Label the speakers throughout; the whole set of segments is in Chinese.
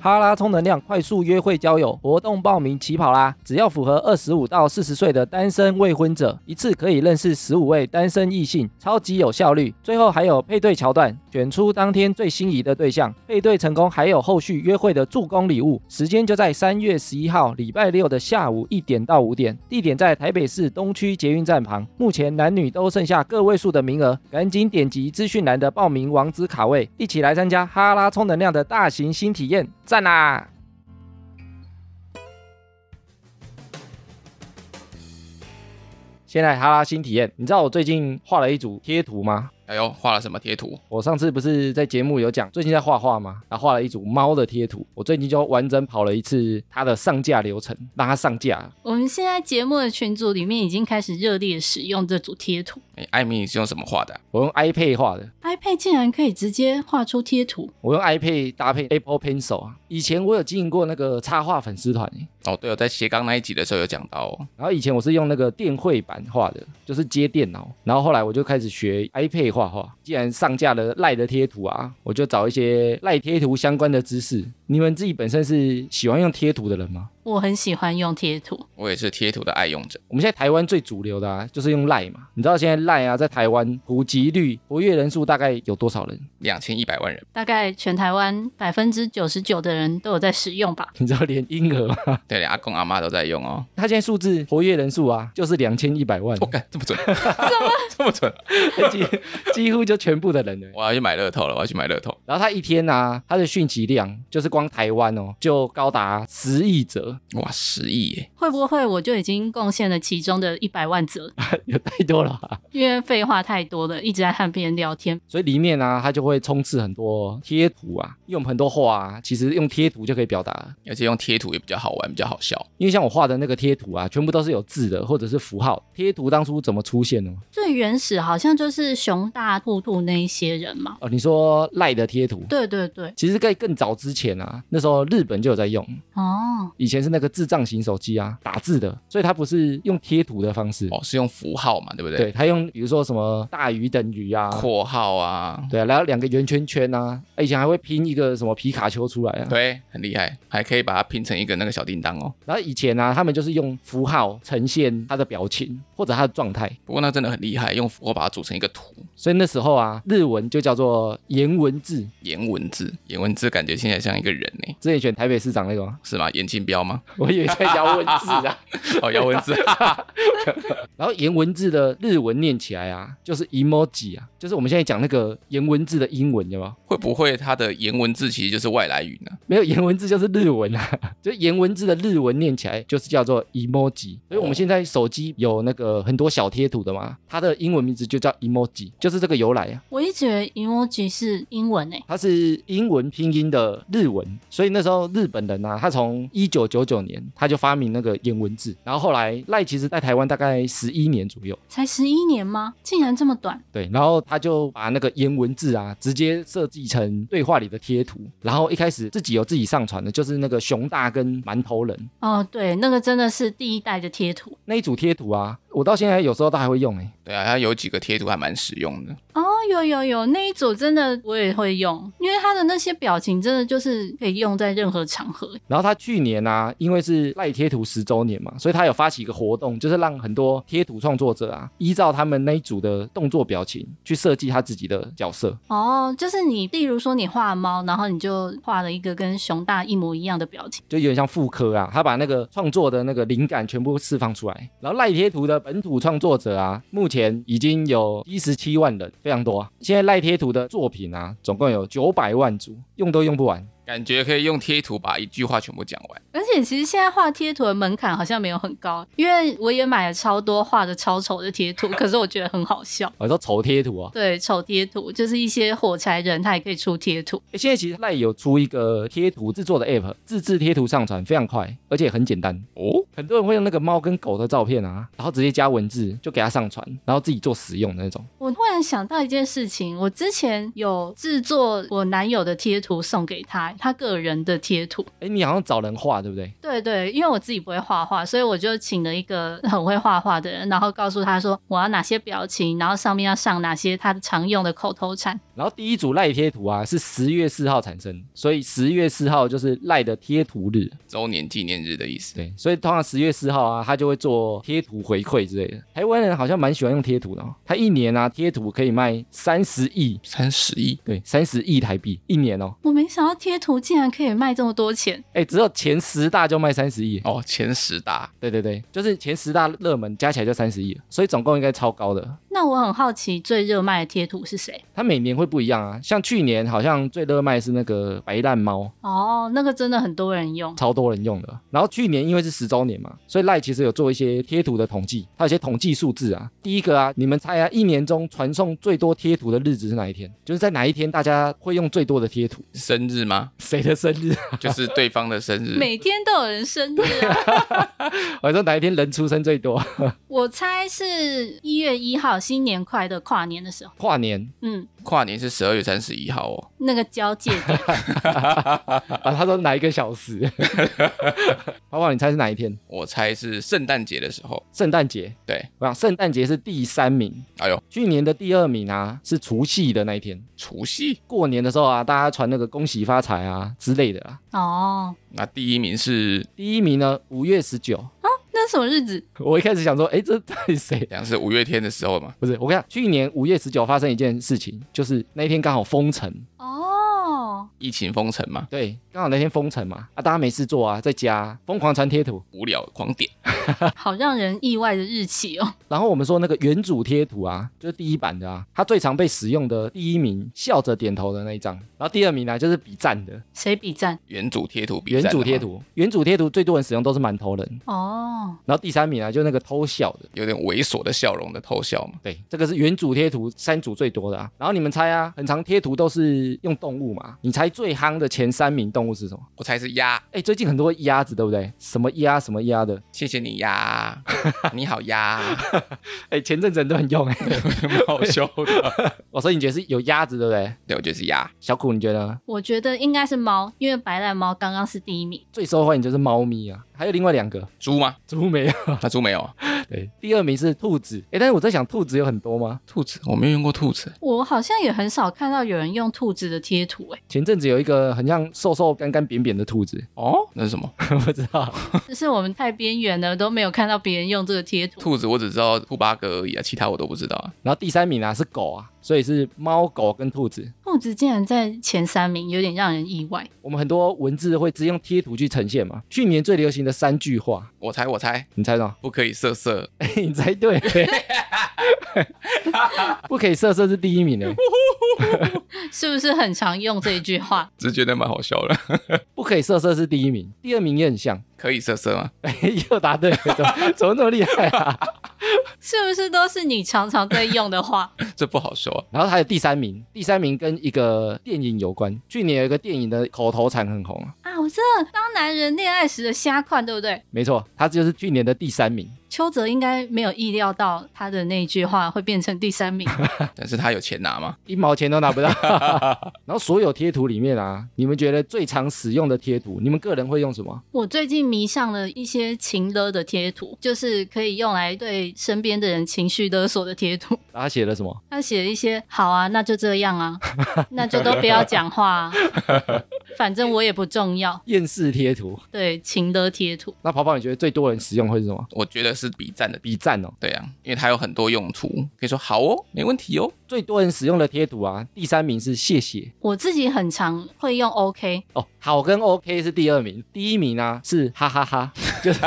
Speaker 1: 哈拉充能量，快速约会交友活动报名起跑啦！只要符合二十五到四十岁的单身未婚者，一次可以认识十五位单身异性，超级有效率。最后还有配对桥段，选出当天最心仪的对象，配对成功还有后续约会的助攻礼物。时间就在三月十一号礼拜六的下午一点到五点，地点在台北市东区捷运站旁。目前男女都剩下个位数的名额，赶紧点击资讯栏的报名网址卡位，一起来参加哈拉充能量的大型新体验，赞啊啦！先来哈拉新体验，你知道我最近画了一组贴图吗？
Speaker 2: 哎呦，画了什么贴图？
Speaker 1: 我上次不是在节目有讲，最近在画画吗？然后画了一组猫的贴图。我最近就完整跑了一次它的上架流程，让它上架。
Speaker 3: 我们现在节目的群组里面已经开始热烈使用这组贴图
Speaker 2: 哎，艾米你是用什么画的啊、
Speaker 1: 我用 iPad 画的，
Speaker 3: ，iPad 竟然可以直接画出贴图，
Speaker 1: 我用 iPad 搭配 Apple Pencil 啊。以前我有经营过那个插画粉丝团、欸，
Speaker 2: 哦，对哦，在斜杠那一集的时候有讲到哦。
Speaker 1: 然后以前我是用那个电绘板画的，就是接电脑。然后后来我就开始学 iPad 画画。既然上架了赖的贴图啊，我就找一些赖贴图相关的知识。你们自己本身是喜欢用贴图的人吗？
Speaker 3: 我很喜欢用贴图。
Speaker 2: 我也是贴图的爱用者。
Speaker 1: 我们现在台湾最主流的啊，就是用赖嘛。你知道现在赖啊，在台湾普及率、活跃人数大概有多少人？
Speaker 2: 两千一百万人，
Speaker 3: 大概全台湾百分之九十九的人都有在使用吧。
Speaker 1: 你知道连婴儿吗？
Speaker 2: 对，连阿公阿妈都在用哦。
Speaker 1: 他现在数字活跃人数啊，就是两千一百万
Speaker 2: 我、，干，这么准？怎么 这么准？
Speaker 1: 几几乎就全部的人了。
Speaker 2: 我要去买乐透了，我要去买乐透。
Speaker 1: 然后他一天啊，他的讯息量就是光台湾哦，就高达十亿则，
Speaker 2: 哇，十亿耶！
Speaker 3: 会不会我就已经贡献了其中的一百万则？
Speaker 1: 有太多了、啊。
Speaker 3: 因为废话太多了，一直在和别人聊天。
Speaker 1: 所以里面啊，它就会充斥很多贴图啊，因为我们很多画啊，其实用贴图就可以表达了。
Speaker 2: 而且用贴图也比较好玩，比较好笑。
Speaker 1: 因为像我画的那个贴图啊，全部都是有字的或者是符号。贴图当初怎么出现的吗？
Speaker 3: 最原始好像就是熊大、兔兔那一些人嘛。
Speaker 1: 哦，你说赖的贴图，
Speaker 3: 对对对，
Speaker 1: 其实在更早之前啊，那时候日本就有在用，
Speaker 3: 哦，
Speaker 1: 以前是那个智障型手机啊，打字的，所以它不是用贴图的方式，
Speaker 2: 哦，是用符号嘛，对不对？
Speaker 1: 对，它用比如说什么大于等于啊，
Speaker 2: 括号啊，
Speaker 1: 对啊，然后两个圆圈圈啊，啊以前还会拼一个什么皮卡丘出来啊，
Speaker 2: 对，很厉害，还可以把它拼成一个那个小叮当哦。
Speaker 1: 然后以前啊，他们就是用符号呈现他的表情或者他的状态，
Speaker 2: 不过那真的很厉害，用符号把它组成一个图，
Speaker 1: 所以那时候啊，日文就叫做颜文字。
Speaker 2: 颜文字，颜文字感觉听起来像一个人呢，
Speaker 1: 之前选台北市长那个吗，
Speaker 2: 是吗？颜庆标吗？
Speaker 1: 我以为在姚文字啊。
Speaker 2: 哦，姚文字，
Speaker 1: 然后颜文字的日文念起来啊，就是 emoji 啊，就是我们现在讲那个颜文字的英文，有没有？
Speaker 2: 会不会它的颜文字其实就是外来语呢？
Speaker 1: 没有颜文字就是日文啊， 就是颜文字的日文念起来就是叫做 emoji，所以我们现在手机有那个很多小贴图的嘛，它的英文名字就叫 emoji，就是这个由来啊。
Speaker 3: 我一直以为 emoji 是英文欸诶、
Speaker 1: 它是英文拼音的日文，所以那时候日本人啊，他从一九九九年他就发明那个颜文字，然后后来赖其实在台湾大概十一年左右，
Speaker 3: 才十一年吗？竟然这么短，
Speaker 1: 对，然后他就把那个颜文字啊，直接设计成对话里的贴图，然后一开始自己有自己上传的，就是那个熊大跟馒头人
Speaker 3: 哦，对，那个真的是第一代的贴图
Speaker 1: 那一组贴图啊，我到现在有时候都还会用哎、
Speaker 2: 对啊，它有几个贴图还蛮实用的。
Speaker 3: 哦，有有有，那一组真的我也会用，因为它的那些表情真的就是可以用在任何场合。
Speaker 1: 然后他去年啊，因为是赖贴图十周年嘛，所以他有发起一个活动，就是让很多贴图创作者啊，依照他们那一组的动作表情去设计他自己的角色。
Speaker 3: 哦，就是你，例如说你画猫，然后你就画了一个跟熊大一模一样的表情。
Speaker 1: 就有点像复刻啊，他把那个创作的那个灵感全部释放出来。然后赖贴图的本土创作者啊，目前已经有一十七万人，非常多、啊。现在赖贴图的作品啊，总共有九百万组，用都用不完。
Speaker 2: 感觉可以用贴图把一句话全部讲完。
Speaker 3: 而且其实现在画贴图的门槛好像没有很高，因为我也买了超多画的超丑的贴图，可是我觉得很好笑。
Speaker 1: 我、说丑贴图啊，
Speaker 3: 对，丑贴图就是一些火柴人，他也可以出贴图。
Speaker 1: 诶现在其实赖有出一个贴图制作的 app，自制贴图上传非常快，而且很简单。
Speaker 2: 哦，
Speaker 1: 很多人会用那个猫跟狗的照片啊，然后直接加文字就给它上传，然后自己做使用的那种。
Speaker 3: 我突然想到一件事情，我之前有制作我男友的贴图送给他，买他个人的贴图。
Speaker 1: 哎，你好像找人画，对不对？
Speaker 3: 对对，因为我自己不会画画，所以我就请了一个很会画画的人，然后告诉他说我要哪些表情，然后上面要上哪些他常用的口头禅。
Speaker 1: 然后第一组赖贴图啊是十月四号产生，所以十月四号就是赖的贴图日。
Speaker 2: 周年纪念日的意思。
Speaker 1: 对，所以通常十月四号啊，他就会做贴图回馈之类的。台湾人好像蛮喜欢用贴图的、哦，他一年啊贴图可以卖三十亿，
Speaker 2: 三十亿，
Speaker 1: 对，三十亿台币一年哦。
Speaker 3: 我没想到贴图竟然可以卖这么多钱，
Speaker 1: 哎，只有前十大就卖三十亿。
Speaker 2: 哦，前十大，
Speaker 1: 对对对，就是前十大热门加起来就三十亿了，所以总共应该超高的。
Speaker 3: 那我很好奇最热卖的贴图是谁？
Speaker 1: 它每年会不一样啊，像去年好像最热卖是那个白烂猫，
Speaker 3: 哦，那个真的很多人用。
Speaker 1: 超多人用的。然后去年因为是十周年嘛，所以赖其实有做一些贴图的统计，它有些统计数字啊。第一个啊，你们猜啊，一年中传送最多贴图的日子是哪一天？就是在哪一天大家会用最多的贴图？
Speaker 2: 生日吗？
Speaker 1: 谁的生日？
Speaker 2: 就是对方的 生日。
Speaker 3: 每天都有人生日啊！
Speaker 1: 我说哪一天人出生最多？
Speaker 3: 我猜是一月一号新年快乐跨年的时候，
Speaker 1: 跨年
Speaker 3: 嗯，
Speaker 2: 跨年是十二月三十一号 哦，
Speaker 3: 那个交界点
Speaker 1: 啊，他说哪一个小时？泡泡，你猜是哪一天？
Speaker 2: 我猜是圣诞节的时候。
Speaker 1: 圣诞节。
Speaker 2: 对，
Speaker 1: 我想圣诞节是第三名，
Speaker 2: 哎呦，
Speaker 1: 去年的第二名啊是除夕的那一天。
Speaker 2: 除夕。
Speaker 1: 过年的时候啊，大家传那个恭喜发财啊之类的啊。
Speaker 3: 哦。
Speaker 2: 那第一名是，
Speaker 1: 第一名呢，五月十九，
Speaker 3: 那什么日子？
Speaker 1: 我一开始想说，哎，这到底谁？
Speaker 2: 讲是五月天的时候嘛？
Speaker 1: 不是，我跟你讲，去年五月十九发生一件事情，就是那一天刚好封城，
Speaker 3: 哦，
Speaker 2: 疫情封城嘛，
Speaker 1: 对，刚好那天封城嘛，啊，大家没事做啊，在家疯狂传贴图。
Speaker 2: 无聊狂点。
Speaker 3: 好让人意外的日期哦。
Speaker 1: 然后我们说那个原主贴图啊，就是第一版的啊，它最常被使用的第一名笑着点头的那一张，然后第二名呢、就是比赞的
Speaker 3: 谁比赞？
Speaker 2: 原主贴图比
Speaker 1: 原
Speaker 2: 赞的
Speaker 1: 主
Speaker 2: 嘛
Speaker 1: 贴图，原主贴图最多人使用都是馒头人，
Speaker 3: 哦，
Speaker 1: 然后第三名啊就是那个偷笑的。
Speaker 2: 有点猥琐的笑容的偷笑嘛。
Speaker 1: 对，这个是原主贴图三组最多的啊。然后你们猜啊，很常贴图都是用动物嘛？你猜最夯的前三名动物是什么？
Speaker 2: 我猜是鸭，
Speaker 1: 哎，最近很多鸭子，对不对？什么鸭什么鸭的，
Speaker 2: 谢谢你鸭， 你好鸭，
Speaker 1: 哎，前阵子人都很用哎。
Speaker 2: 蛮 好笑的。
Speaker 1: 我说你觉得是有鸭子，对不对？
Speaker 2: 对，我觉得是鸭，
Speaker 1: 小苦你觉得呢
Speaker 3: 我觉得应该是猫，因为白赖猫刚刚是第一名。
Speaker 1: 最受欢迎就是猫咪啊，还有另外两个
Speaker 2: 猪吗？
Speaker 1: 猪没有，
Speaker 2: 那猪没有啊，
Speaker 1: 对，第二名是兔子，哎，但是我在想兔子有很多吗？
Speaker 2: 兔子我没有用过兔子，
Speaker 3: 我好像也很少看到有人用兔子的贴图， 哎，
Speaker 1: 前阵子有一个很像瘦瘦干干扁扁的兔子，
Speaker 2: 哦，那是什么？
Speaker 1: 不知道，
Speaker 3: 这是我们太边缘了，都没有看到别人用这个贴图。
Speaker 2: 兔子我只知道兔八哥而已啊，其他我都不知道啊。
Speaker 1: 然后第三名啊是狗啊，所以是猫狗跟兔子。
Speaker 3: 兔子竟然在前三名，有点让人意外。
Speaker 1: 我们很多文字会只用贴图去呈现嘛。去年最流行的三句话，
Speaker 2: 我猜我猜，
Speaker 1: 你猜到？
Speaker 2: 不可以色色，？
Speaker 1: 哎、你猜对， 不可以色色是第一名的，
Speaker 3: 是不是很常用这一句话
Speaker 2: 只是觉得蛮好笑的。
Speaker 1: 不可以色色是第一名，第二名也很像，
Speaker 2: 可以色色吗？
Speaker 1: 哎、又答对了，怎么 怎么那么厉害啊？
Speaker 3: 是不是都是你常常在用的话？
Speaker 2: 这不好说啊。
Speaker 1: 然后还有第三名，第三名跟一个电影有关，去年有一个电影的口头禅很红啊，
Speaker 3: 啊，我知道，当男人恋爱时的瞎款，对不对？
Speaker 1: 没错，它就是去年的第三名，
Speaker 3: 邱泽应该没有意料到他的那一句话会变成第三名。
Speaker 2: 啊但是他有钱拿吗？
Speaker 1: 一毛钱都拿不到。然后所有贴图里面啊，你们觉得最常使用的贴图，你们个人会用什么？
Speaker 3: 我最近迷上了一些情勒的贴图，就是可以用来对身边的人情绪勒索的贴图。
Speaker 1: 然后他写了什么？
Speaker 3: 他写了一些“好啊，那就这样啊，那就都不要讲话、啊，反正我也不重要
Speaker 1: 厌世贴图。”。
Speaker 3: 对，情勒贴图。
Speaker 1: 那跑跑，你觉得最多人使用会是什么？
Speaker 2: 我觉得是比赞的比。
Speaker 1: 比赞哦，
Speaker 2: 对啊，因为它有很多用途，可以说好哦，没问题哦。
Speaker 1: 最多人使用的贴图啊，第三名是谢谢
Speaker 3: 我自己很常会用 OK，
Speaker 1: 哦，好跟 OK 是第二名，第一名呢、是哈哈哈 就是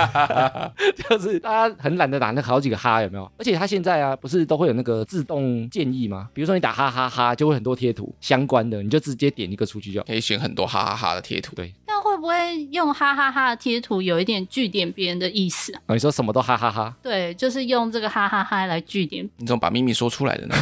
Speaker 1: 就是大家很懒得打那好几个哈，有没有？而且它现在啊，不是都会有那个自动建议吗？比如说你打哈哈哈，就会很多贴图相关的，你就直接点一个出去就好。
Speaker 2: 可以选很多哈哈哈的贴图。
Speaker 1: 对
Speaker 3: 那会不会用哈哈哈的贴图有一点据点别人的意思啊？
Speaker 1: 啊你说什么都哈哈哈，
Speaker 3: 对，就是用这个哈哈哈来据点。
Speaker 2: 你怎么把秘密说出来的呢？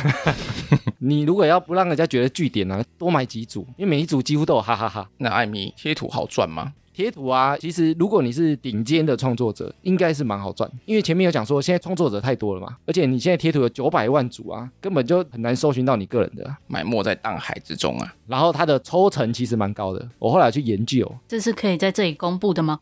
Speaker 1: 你如果要不让人家觉得据点啊，多买几组，因为每一组几乎都有哈哈哈。
Speaker 2: 那艾米贴图好赚吗？
Speaker 1: 贴图啊，其实如果你是顶尖的创作者，应该是蛮好赚，因为前面有讲说现在创作者太多了嘛，而且你现在贴图有九百万组啊，根本就很难搜寻到你个人的啊、
Speaker 2: 埋没在大海之中啊！
Speaker 1: 然后它的抽成其实蛮高的，我后来去研究，
Speaker 3: 这是可以在这里公布的吗？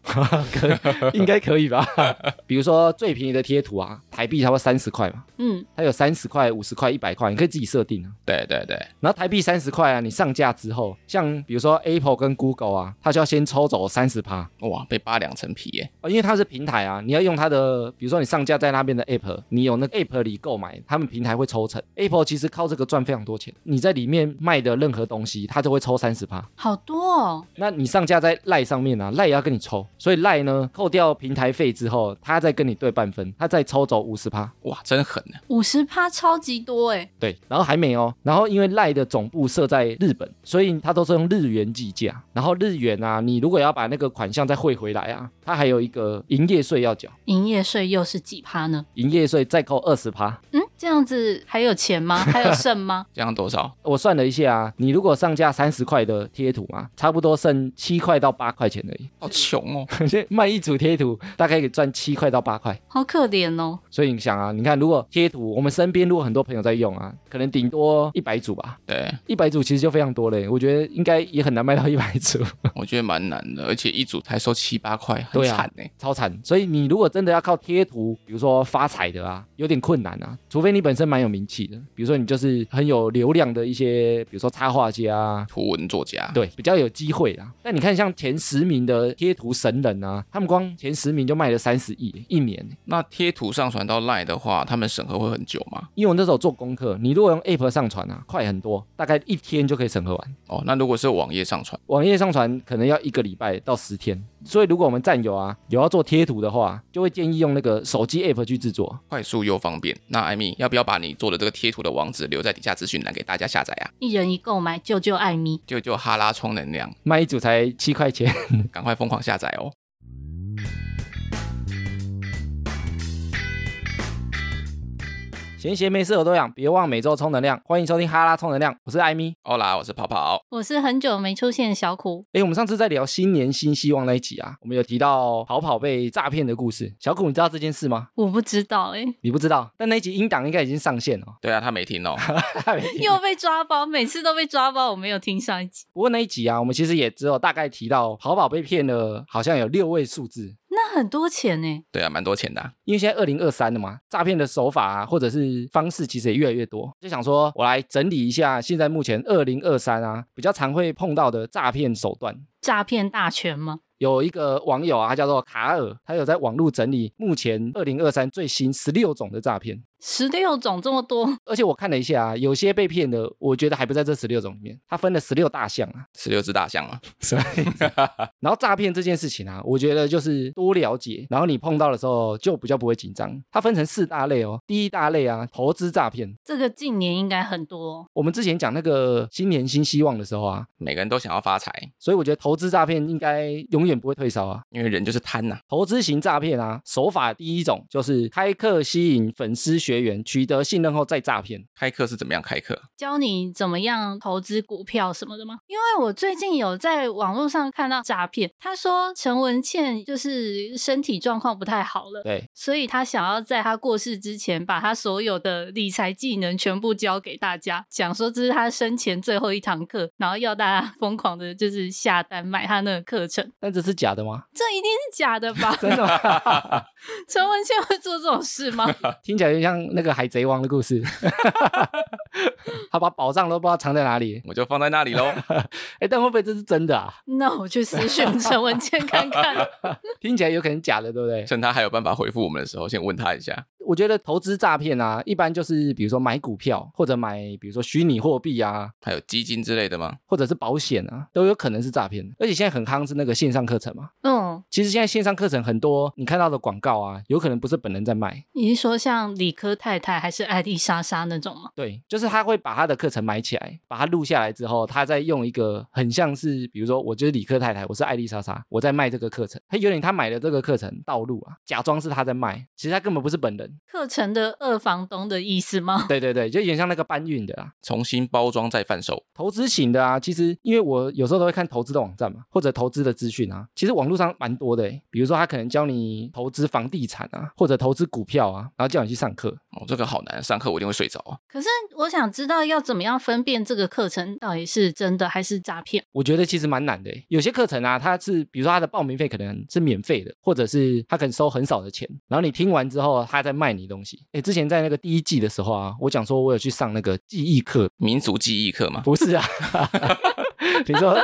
Speaker 1: 应该可以吧？ 比如说最便宜的贴图啊，台币差不多三十块嘛，
Speaker 3: 嗯，
Speaker 1: 它有三十块、五十块、一百块，你可以自己设定啊。
Speaker 2: 对对对，
Speaker 1: 然后台币三十块啊，你上架之后，像比如说 Apple 跟 Google 啊，它就要先抽走三十趴
Speaker 2: 哇，被扒两层皮耶！
Speaker 1: 哦，因为它是平台啊，你要用它的，比如说你上架在那边的 App，你有那个 App 里购买，他们平台会抽成。Apple 其实靠这个赚非常多钱，你在里面卖的任何东西，它都会抽三十趴。
Speaker 3: 好多哦，
Speaker 1: 那你上架在赖上面啊，赖也要跟你抽，所以赖呢扣掉平台费之后，他再跟你对半分，他再抽走五十趴。
Speaker 2: 哇，真狠啊！？
Speaker 3: 五十趴超级多哎，
Speaker 1: 对，然后还没哦，然后因为赖的总部设在日本，所以它都是用日元计价。然后日元啊，你如果要把那个款项再汇回来啊，它还有一个营业税要缴，
Speaker 3: 营业税又是几趴呢？
Speaker 1: 营业税再扣二十趴。
Speaker 3: 嗯，这样子还有钱吗？还有剩吗
Speaker 2: 这样多少？
Speaker 1: 我算了一下啊，你如果上架三十块的贴图啊，差不多剩七块到八块钱而已。
Speaker 2: 好穷哦！
Speaker 1: 现在卖一组贴图大概可以赚七块到八块。
Speaker 3: 好可怜哦，
Speaker 1: 所以你想啊，你看，如果贴图，我们身边如果很多朋友在用啊，可能顶多一百组吧，
Speaker 2: 对，
Speaker 1: 一百组其实就非常多嘞。我觉得应该也很难卖到一百组，
Speaker 2: 我觉得蛮难的，而且一组才收七八块，很
Speaker 1: 对啊
Speaker 2: 惨欸呢。
Speaker 1: 超惨。所以你如果真的要靠贴图，比如说发财的啊，有点困难啊，除非你本身蛮有名气的，比如说你就是很有流量的一些，比如说插画家啊。
Speaker 2: 图文作家，
Speaker 1: 对，比较有机会啦。但你看，像前十名的贴图神人啊，他们光前十名就卖了三十亿一年，
Speaker 2: 那贴图上传到 LINE 的话，他们审核会很久吗？
Speaker 1: 因为我那时候做功课，你如果用 App 上传啊，快很多，大概一天就可以审核完。
Speaker 2: 哦，那如果是网页上传，
Speaker 1: 网页上传可能要一个礼拜到十天，所以如果我们战友啊有要做贴图的话，就会建议用那个手机 app 去制作。
Speaker 2: 快速又方便。那艾米，要不要把你做的这个贴图的网址留在底下资讯栏给大家下载啊？
Speaker 3: 一人一购买救救艾米。
Speaker 2: 就就哈拉充能量，
Speaker 1: 卖一组才七块钱，
Speaker 2: 赶快疯狂下载哦！
Speaker 1: 闲闲没事我都养，别忘每周充能量。欢迎收听哈拉充能量，我是艾米。
Speaker 2: 好啦，我是泡泡，
Speaker 3: 我是很久没出现的小苦，
Speaker 1: 诶，我们上次在聊新年新希望那一集啊，我们有提到跑跑被诈骗的故事。小谷，你知道这件事吗？
Speaker 3: 我不知道哎、
Speaker 1: 你不知道，但那一集音档应该已经上线了。
Speaker 2: 对啊，他没听哦，
Speaker 3: 又被抓包，每次都被抓包，我没有听上一集，
Speaker 1: 不过那一集啊，我们其实也只有大概提到跑跑被骗了，好像有六位数字，
Speaker 3: 那很多钱呢、
Speaker 2: 对啊，蛮多钱的啊、
Speaker 1: 因为现在二零二三了嘛，诈骗的手法啊，或者是方式其实也越来越多，就想说我来整理一下现在目前二零二三啊比较常会碰到的诈骗手段。
Speaker 3: 诈骗大全吗？
Speaker 1: 有一个网友啊，他叫做卡尔，他有在网络整理目前二零二三最新十六种的诈骗，
Speaker 3: 十六种这么多，
Speaker 1: 而且我看了一下啊，有些被骗的，我觉得还不在这十六种里面，他分了十六大项啊。
Speaker 2: 十六只大象嘛，
Speaker 1: 然后诈骗这件事情啊，我觉得就是多了解，然后你碰到的时候就比较不会紧张。它分成四大类哦，第一大类啊，投资诈骗，
Speaker 3: 这个近年应该很多哦、
Speaker 1: 我们之前讲那个新年新希望的时候啊，
Speaker 2: 每个人都想要发财，
Speaker 1: 所以我觉得投资诈骗应该永远不会退烧啊。
Speaker 2: 因为人就是贪呐、
Speaker 1: 投资型诈骗啊，手法第一种就是开课吸引粉丝学员，取得信任后再诈骗。
Speaker 2: 开课是怎么样开课？
Speaker 3: 教你怎么样投资股票什么的吗？因为我最近有在网络上看到诈骗，他说陈文茜就是身体状况不太好了。
Speaker 1: 对，
Speaker 3: 所以他想要在他过世之前，把他所有的理财技能全部教给大家，想说这是他生前最后一堂课，然后要大家 疯狂的，就是下单买他那个课程。
Speaker 1: 但这是假的吗？
Speaker 3: 这一定是假的吧？
Speaker 1: 真的吗？
Speaker 3: 陈文茜会做这种事吗？
Speaker 1: 听起来就像那个海贼王的故事， 他把宝藏都不知道藏在哪里。
Speaker 2: 我就放在那里 喽。
Speaker 1: 哎，但会不会这是真的啊？
Speaker 3: 那我去私讯陈文茜 看看。
Speaker 1: 听起来有可能假的，对不对？
Speaker 2: 趁他还有办法回复我们的时候，先问他一下。
Speaker 1: 我觉得投资诈骗啊，一般就是比如说买股票或者买比如说虚拟货币啊，
Speaker 2: 还有基金之类的吗？
Speaker 1: 或者是保险啊，都有可能是诈骗。而且现在很夯是那个线上课程嘛，
Speaker 3: 嗯，
Speaker 1: 其实现在线上课程很多，你看到的广告啊，有可能不是本人在卖，
Speaker 3: 你是说像理科太太还是艾丽莎莎那种吗？
Speaker 1: 对，就是他会把他的课程买起来，把它录下来之后，他再用一个很像是，比如说我就是理科太太，我是艾丽莎莎，我在卖这个课程，他有点他买了这个课程道路啊，假装是他在卖，其实他根本不是本人，程。
Speaker 3: 课程的二房东的意思吗？
Speaker 1: 对对对，就有点像那个搬运的啊，
Speaker 2: 重新包装再贩售。
Speaker 1: 投资型的啊。其实因为我有时候都会看投资的网站嘛，或者投资的资讯啊，其实网络上蛮多的欸。比如说他可能教你投资房地产啊，或者投资股票啊，然后叫你去上课。
Speaker 2: 哦，这个好难，上课我一定会睡着啊。
Speaker 3: 可是我想知道要怎么样分辨这个课程到底是真的还是诈 骗。
Speaker 1: 我觉得其实蛮难的欸。有些课程啊，它是比如说它的报名费可能是免费的，或者是它可能收很少的钱，然后你听完之后，他再卖你东西。哎，之前在那个第一季的时候啊，我讲说我有去上那个记忆课，
Speaker 2: 民族记忆课嘛，
Speaker 1: 不是啊， 你说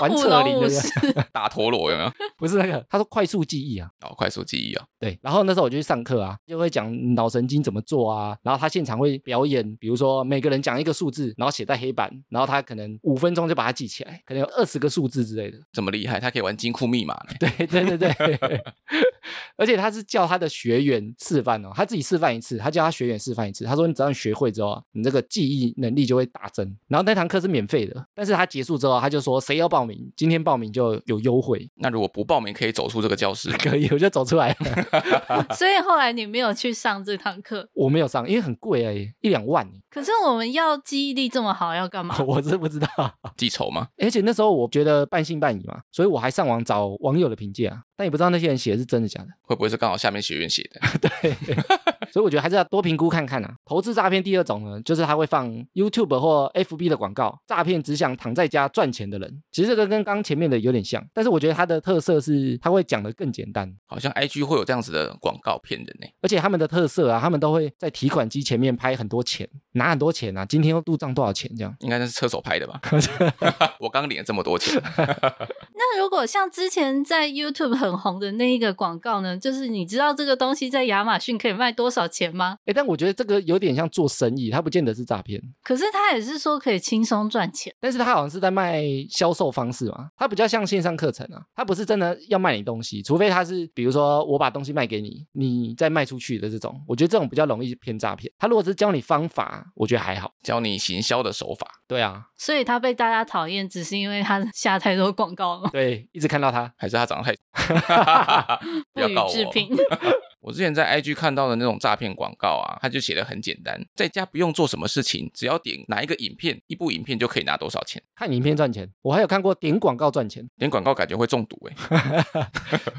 Speaker 1: 玩
Speaker 3: 舞
Speaker 1: 扯
Speaker 3: 龙
Speaker 1: 铃的
Speaker 3: 舞
Speaker 1: 那个
Speaker 3: 狮，
Speaker 2: 大陀螺有没有？
Speaker 1: 不是那个，他说快速记忆啊，
Speaker 2: 哦，快速记忆啊、
Speaker 1: 对，然后那时候我就去上课啊，就会讲脑神经怎么做啊，然后他现场会表演，比如说每个人讲一个数字，然后写在黑板，然后他可能五分钟就把它记起来，可能有二十个数字之类的。
Speaker 2: 这么厉害，他可以玩金库密码呢。
Speaker 1: 对对对对， 而且他是叫他的学员示范哦，他自己示范一次，他叫他学员示范一次，他说你只要你学会之后啊，你这个记忆能力就会大增。然后那堂课是免费的，但是他结束之后啊他就说谁要报名，今天报名就有优惠，
Speaker 2: 那如果不报名，可以走出这个教室吗。
Speaker 1: 可以我就走出来了。
Speaker 3: 所以后来你没有去上这堂课。
Speaker 1: 我没有上，因为很贵哎、一两万 欸、
Speaker 3: 可是我们要记忆力这么好，要干
Speaker 2: 哦
Speaker 3: 嘛？
Speaker 1: 我是不知道。
Speaker 2: 记仇吗？
Speaker 1: 而且那时候我觉得半信半疑嘛，所以我还上网找网友的评价、啊，但也不知道那些人写的是真的假的，
Speaker 2: 会不会是刚好下面学院写的？
Speaker 1: 所以我觉得还是要多评估看看啊。投资诈骗第二种呢，就是他会放 YouTube 或 FB 的广告，诈骗只想躺在家赚钱的人。其实这个跟刚前面的有点像，但是我觉得它的特色是它会讲的更简单，
Speaker 2: 好像 IG 会有这样子的广告骗人呢、
Speaker 1: 而且他们的特色啊，他们都会在提款机前面拍很多钱，拿很多钱啊，今天又入账多少钱这样。
Speaker 2: 应该那是车手拍的吧？ 我刚领了这么多钱，
Speaker 3: 那如果像之前在 YouTube 很红的那一个广告呢，就是你知道这个东西在亚马逊可以卖多少钱吗？
Speaker 1: 哎，但我觉得这个有点像做生意，它不见得是诈骗。
Speaker 3: 可是他也是说可以轻松赚钱，
Speaker 1: 但是他好像是在卖销售方式嘛，他比较像线上课程啊，他不是真的要卖你东西，除非他是比如说我把东西卖给你，你再卖出去的这种，我觉得这种比较容易偏诈骗。他如果是教你方法，我觉得还好。
Speaker 2: 教你行销的手法，
Speaker 1: 对啊，
Speaker 3: 所以他被大家讨厌，只是因为他下太多广告了，
Speaker 1: 对，一直看到他，
Speaker 2: 还是他长得 太…… 不
Speaker 3: 不
Speaker 2: 要
Speaker 3: 予
Speaker 2: 告我哦
Speaker 3: 置。评。
Speaker 2: 我之前在 IG 看到的那种诈骗广告啊，它就写的很简单，在家不用做什么事情，只要点哪一个影片，一部影片就可以拿多少钱。
Speaker 1: 看影片赚钱，我还有看过点广告赚钱，
Speaker 2: 点广告感觉会中毒哎、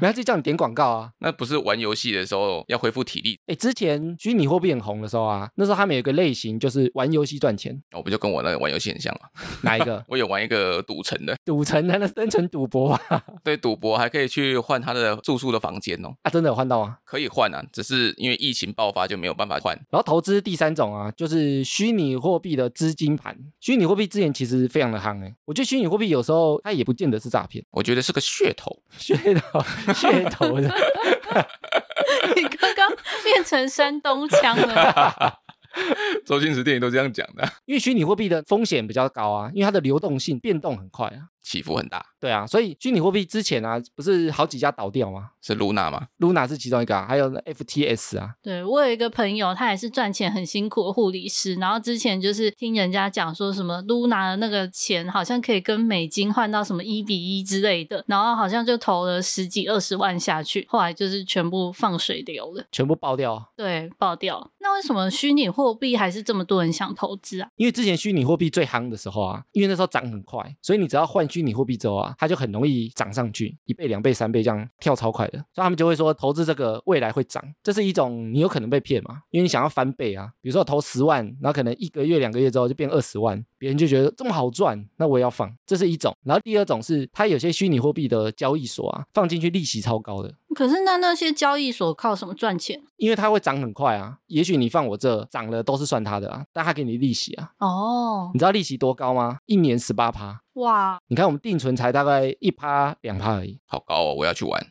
Speaker 1: 人家就叫你点广告啊。
Speaker 2: 那不是玩游戏的时候要恢复体力，
Speaker 1: 哎，之前虚拟货币很红的时候啊，那时候他们有一个类型就是玩游戏赚钱，
Speaker 2: 我不就跟我那个玩游戏很像吗？？
Speaker 1: 哪一个
Speaker 2: 我有玩一个赌城的，
Speaker 1: 赌城的那生存赌博啊，
Speaker 2: 对赌博还可以去换他的住宿的房间哦，
Speaker 1: 啊，真的有换到啊。
Speaker 2: 可以换啊，只是因为疫情爆发就没有办法换。
Speaker 1: 然后投资第三种啊，就是虚拟货币的资金盘。虚拟货币之前其实非常的夯哎、我觉得虚拟货币有时候它也不见得是诈骗，
Speaker 2: 我觉得是个噱头，
Speaker 1: 噱头噱头的。
Speaker 3: 你刚刚变成山东 腔了，
Speaker 2: 周星驰电影都这样讲的，啊
Speaker 1: 因为虚拟货币的风险比较高啊，因为它的流动性变动很快啊。
Speaker 2: 起伏很大。
Speaker 1: 对啊，所以虚拟货币之前啊，不是好几家倒掉吗
Speaker 2: 是露娜吗？
Speaker 1: ？Luna 是其中一个、啊，还有 FTS 啊，
Speaker 3: 对我有一个朋友，他也是赚钱很辛苦的护理师，然后之前就是听人家讲说什么 Luna 的那个钱好像可以跟美金换到什么一比一之类的，然后好像就投了十几二十万下去，后来就是全部放水流了，
Speaker 1: 全部爆掉啊。
Speaker 3: 对，爆掉。那为什么虚拟货币还是这么多人想投资啊？
Speaker 1: 因为之前虚拟货币最夯的时候啊，因为那时候涨很快，所以你只要换虚拟货币之后啊，它就很容易涨上去，一倍、两倍、三倍这样跳超快的，所以他们就会说投资这个未来会涨，这是一种你有可能被骗嘛，因为你想要翻倍啊，比如说我投十万，然后可能一个月、两个月之后就变二十万，别人就觉得这么好赚，那我也要放，这是一种。然后第二种是它有些虚拟货币的交易所啊，放进去利息超高的，
Speaker 3: 可是那那些交易所靠什么赚钱？
Speaker 1: 因为它会涨很快啊，也许你放我这涨了都是算它的啊，但它给你利息啊，
Speaker 3: 哦，
Speaker 1: 你知道利息多高吗？一年十八趴。
Speaker 3: 哇，
Speaker 1: 你看我们定存才大概一趴两趴而已。
Speaker 2: 好高哦，我要去玩。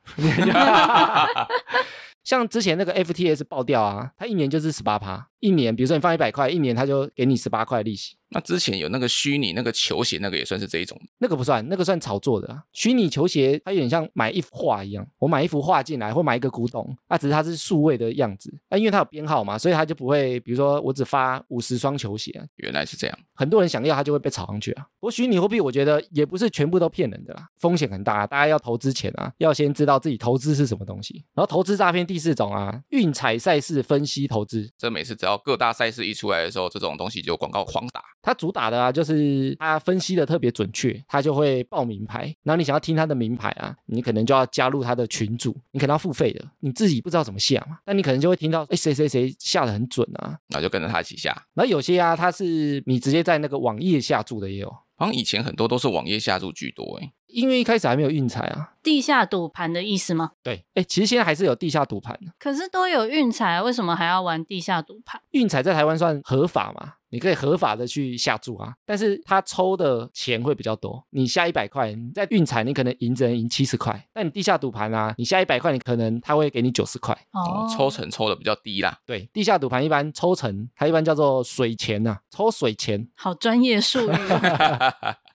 Speaker 1: 像之前那个 FTS 爆掉啊，它一年就是十八趴，一年，比如说你放一百块，一年它就给你十八块利息。
Speaker 2: 那之前有那个虚拟那个球鞋，那个也算是这一种。
Speaker 1: 那个不算，那个算炒作的、啊。虚拟球鞋它有点像买一幅画一样，我买一幅画进来，或买一个古董，啊，只是它是数位的样子，啊，因为它有编号嘛，所以它就不会，比如说我只发五十双球鞋啊，
Speaker 2: 原来是这样，
Speaker 1: 很多人想要，它就会被炒上去啊。不过虚拟货币我觉得也不是全部都骗人的啦，风险很大，大家要投资前啊，要先知道自己投资是什么东西。然后投资诈骗第四种啊，运彩赛事分析投资，
Speaker 2: 这每次只要各大赛事一出来的时候，这种东西就广告狂打。
Speaker 1: 它主打的啊，就是它分析的特别准确，它就会报名牌。然后你想要听它的名牌啊，你可能就要加入它的群组，你可能要付费的，你自己不知道怎么下嘛，但你可能就会听到，哎，谁谁谁下的很准啊。
Speaker 2: 然后就跟着他一起下。
Speaker 1: 然后有些啊，它是你直接在那个网页下注的也有，
Speaker 2: 好像以前很多都是网页下注居多哎，
Speaker 1: 因为一开始还没有运彩啊。
Speaker 3: 地下赌盘的意思吗？
Speaker 1: 对，哎，其实现在还是有地下赌盘的，啊
Speaker 3: 可是都有运彩，为什么还要玩地下赌盘？
Speaker 1: 运彩在台湾算合法嘛？你可以合法的去下注啊，但是他抽的钱会比较多。你下一百块，你在运彩你可能赢只能赢七十块，但你地下赌盘啊，你下一百块你可能他会给你九十块。
Speaker 2: 哦，抽成抽的比较低啦。
Speaker 1: 对，地下赌盘一般抽成，它一般叫做水钱呐、抽水钱，
Speaker 3: 好专业术 语哦。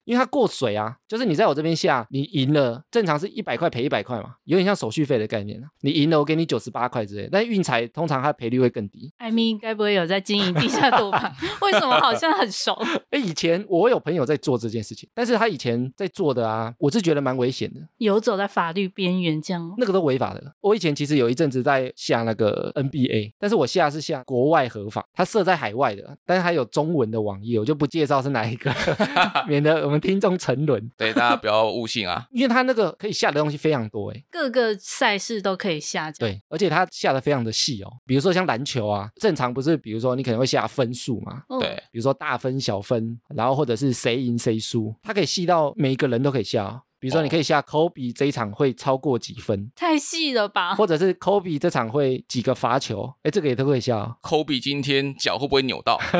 Speaker 1: 因为它过水啊，就是你在我这边下，你赢了，正常是一百块赔一百块嘛，有点像手续费的概念啊。你赢了我给你九十八块之类，但运彩通常它赔率会更低。
Speaker 3: 艾米该不会有在经营地下赌 盘？为什么好像很熟？
Speaker 1: 哎，以前我有朋友在做这件事情，但是他以前在做的啊，我是觉得蛮危险的，
Speaker 3: 游走在法律边缘这样吗？
Speaker 1: 那个都违法的。我以前其实有一阵子在下那个 NBA，但是我下是下国外合法，它设在海外的，但是它有中文的网页，我就不介绍是哪一个， 免得我们听众沉沦。
Speaker 2: 对，大家不要误信 啊。
Speaker 1: 因为它那个可以下的东西非常多，哎，
Speaker 3: 各个赛事都可以下这样。
Speaker 1: 对，而且它下的非常的细哦，比如说像篮球啊，正常不是，比如说你可能会下分数嘛，
Speaker 3: 哦
Speaker 2: 对，
Speaker 1: 比如说大分、小分，然后或者是谁赢谁输，它可以细到每一个人都可以下、哦。比如说，你可以下 Kobe 这一场会超过几分，
Speaker 3: 太细了吧？
Speaker 1: 或者是 Kobe 这场会几个罚球，哎，这个也都可以笑，
Speaker 2: 科比今天脚会不会扭到？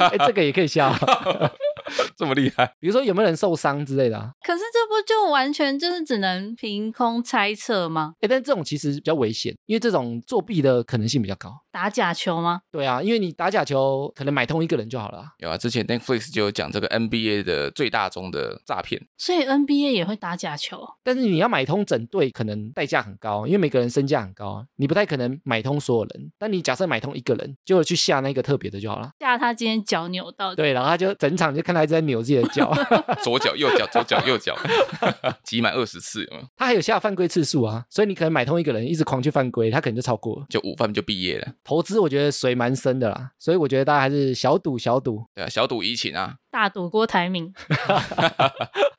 Speaker 1: 哎，这个也可以笑。
Speaker 2: 这么厉害？
Speaker 1: 比如说有没有人受伤之类的、啊，
Speaker 3: 可是这不就完全就是只能凭空猜测吗？
Speaker 1: 哎，但这种其实比较危险，因为这种作弊的可能性比较高。
Speaker 3: 打假球吗？
Speaker 1: 对啊，因为你打假球可能买通一个人就好了啊、
Speaker 2: 有啊，之前 Netflix 就有讲这个 NBA 的最大宗的诈骗，
Speaker 3: 所以 NBA 也会打假球。
Speaker 1: 但是你要买通整队，可能代价很高，啊因为每个人身价很高啊，你不太可能买通所有人。但你假设买通一个人，就去下那个特别的就好了。
Speaker 3: 吓他今天脚扭到，
Speaker 1: 对，然后他就整场就看他一直在扭自己的脚，
Speaker 2: 左脚右脚左脚右脚， 集满二十次有没有
Speaker 1: 他还有下犯规次数啊，所以你可能买通一个人，一直狂去犯规，他可能就超过了。
Speaker 2: 就午饭就毕业了。
Speaker 1: 投资我觉得水蛮深的啦，所以我觉得大家还是小赌小赌，
Speaker 2: 对啊，小赌怡情啊，
Speaker 3: 大赌郭台铭，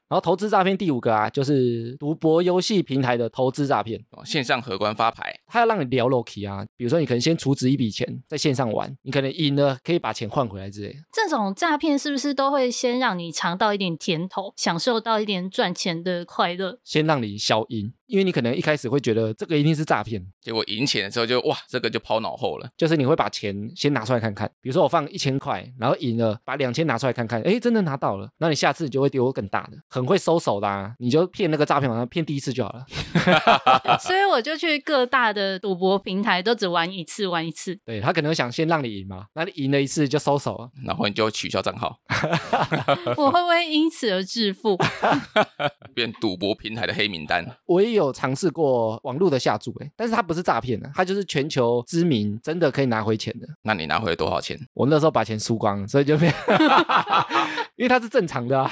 Speaker 1: 然后投资诈骗第五个啊，就是赌博游戏平台的投资诈骗，
Speaker 2: 哦线上荷官发牌，
Speaker 1: 他要让你聊 l o k 啊，比如说你可能先储值一笔钱，在线上玩，你可能赢了可以把钱换回来之类的。
Speaker 3: 这种诈骗是不是都会先让你尝到一点甜头，享受到一点赚钱的快乐？
Speaker 1: 先让你消音，因为你可能一开始会觉得这个一定是诈骗，
Speaker 2: 结果赢钱的时候就哇，这个就抛脑后了。
Speaker 1: 就是你会把钱先拿出来看看，比如说我放一千块，然后赢了，把两千拿出来看看，诶，真的拿到了，那你下次就会丢更大的，很会收手啦、你就骗那个诈骗网站，骗第一次就好了。
Speaker 3: 所以我就去各大的赌博平台都只玩一次，玩一次。
Speaker 1: 对他可能想先让你赢嘛，那你赢了一次就收手啊了。
Speaker 2: 然后你就取消账号，
Speaker 3: 我会不会因此而致富？
Speaker 2: 变赌博平台的黑名单。
Speaker 1: 我也有尝试过网络的下注、诶，但是它不是诈骗啊的、它就是全球知名，真的可以拿回钱的。
Speaker 2: 那你拿回了多少钱？
Speaker 1: 我那时候把钱输光了，所以就变，因为它是正常的啊。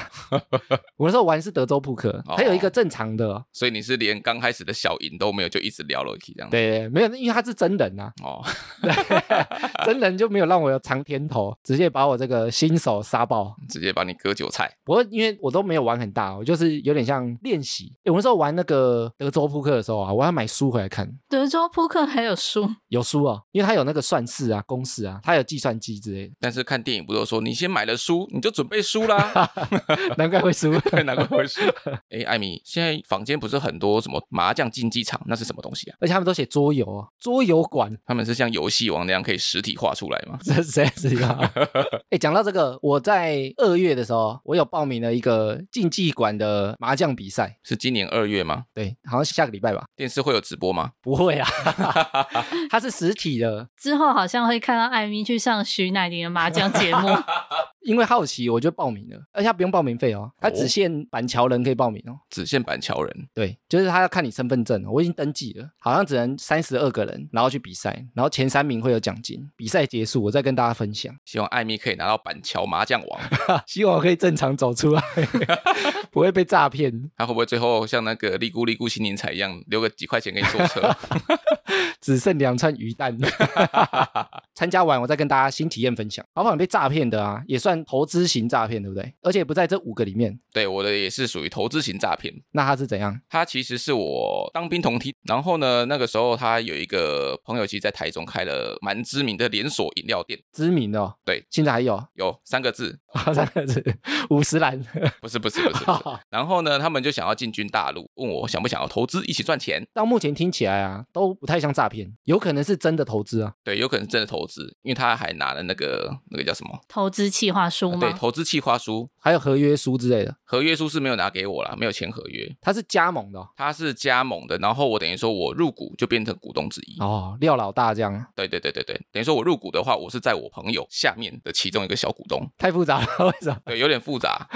Speaker 1: 我那时候玩是德州扑克，还有一个正常的，
Speaker 2: 所以你是连刚开始的小赢都没有，就一直聊了起这样。，
Speaker 1: 对，没有，因为它是真人啊，
Speaker 2: 哦，
Speaker 1: 真人就没有让我有尝甜头，直接把我这个新手杀爆。
Speaker 2: 直接把你割韭菜。
Speaker 1: 不过因为我都没有玩很大，我就是有点像练习。诶我那时候玩那个德州扑克的时候啊，我要买书回来看。
Speaker 3: 德州扑克还有输，
Speaker 1: 有书哦，因为它有那个算式啊、公式啊，它有计算机之类的，
Speaker 2: 但是看电影不都说你先买了书，你就准备输啦？
Speaker 1: 难怪会输。
Speaker 2: 对，难怪会输。哎，艾米，现在房间不是很多什么麻将竞技场，那是什么东西啊？
Speaker 1: 而且他们都写桌游哦，桌游馆，
Speaker 2: 他们是像游戏王那样可以实体化出来吗？
Speaker 1: 这谁知道？哎，讲到这个，我在二月的时候，我有报名了一个竞技馆的麻将比赛，
Speaker 2: 是今年二月吗？
Speaker 1: 对，好像下个礼拜吧？
Speaker 2: 电视会有直播吗？
Speaker 1: 不会啊， 它是实体的，
Speaker 3: 之后好像会看到艾米去上徐乃麟的麻将节目。
Speaker 1: 因为好奇，我就报名了，而且他不用报名费哦，他只限板桥人可以报名哦。
Speaker 2: 只限板桥人，
Speaker 1: 对，就是他要看你身份证哦，我已经登记了，好像只能三十二个人，然后去比赛，然后前三名会有奖金。比赛结束，我再跟大家分享。
Speaker 2: 希望艾米可以拿到板桥麻将王。
Speaker 1: 希望我可以正常走出来， 不会被诈骗
Speaker 2: 他会不会最后像那个利姑利姑新年彩一样，留个几块钱给你坐车？
Speaker 1: 只剩两串鱼蛋。 参加完，我再跟大家新体验分享。老板被诈骗的啊，也算投资型诈骗，对不对？而且不在这五个里面，
Speaker 2: 对，我的也是属于投资型诈骗。
Speaker 1: 那他是怎样？
Speaker 2: 他其实是我当兵同梯，然后呢，那个时候他有一个朋友，其实在台中开了蛮知名的连锁饮料店，
Speaker 1: 知名的、哦，
Speaker 2: 对，
Speaker 1: 现在还有
Speaker 2: 有三个字，
Speaker 1: 三个字，五十岚。
Speaker 2: 不是不是不是不是。 然后呢，他们就想要进军大陆，问我想不想要投资一起赚钱。
Speaker 1: 到目前听起来啊，都不太像诈骗，有可能是真的投资啊。
Speaker 2: 对，有可能真的投资，因为他还拿了那个那个叫什么？
Speaker 3: 投资企划书
Speaker 2: 啊对，
Speaker 3: 吗？
Speaker 2: 投资计划书、
Speaker 1: 还有合约书之类的，
Speaker 2: 合约书是没有拿给我啦，没有签合约。
Speaker 1: 他是加盟的哦，
Speaker 2: 他是加盟的，然后我等于说我入股就变成股东之一。
Speaker 1: 哦廖老大这样啊，
Speaker 2: 对对对对对，等于说我入股的话，我是在我朋友下面的其中一个小股东。
Speaker 1: 太复杂了，为什么？
Speaker 2: 对，有点复杂。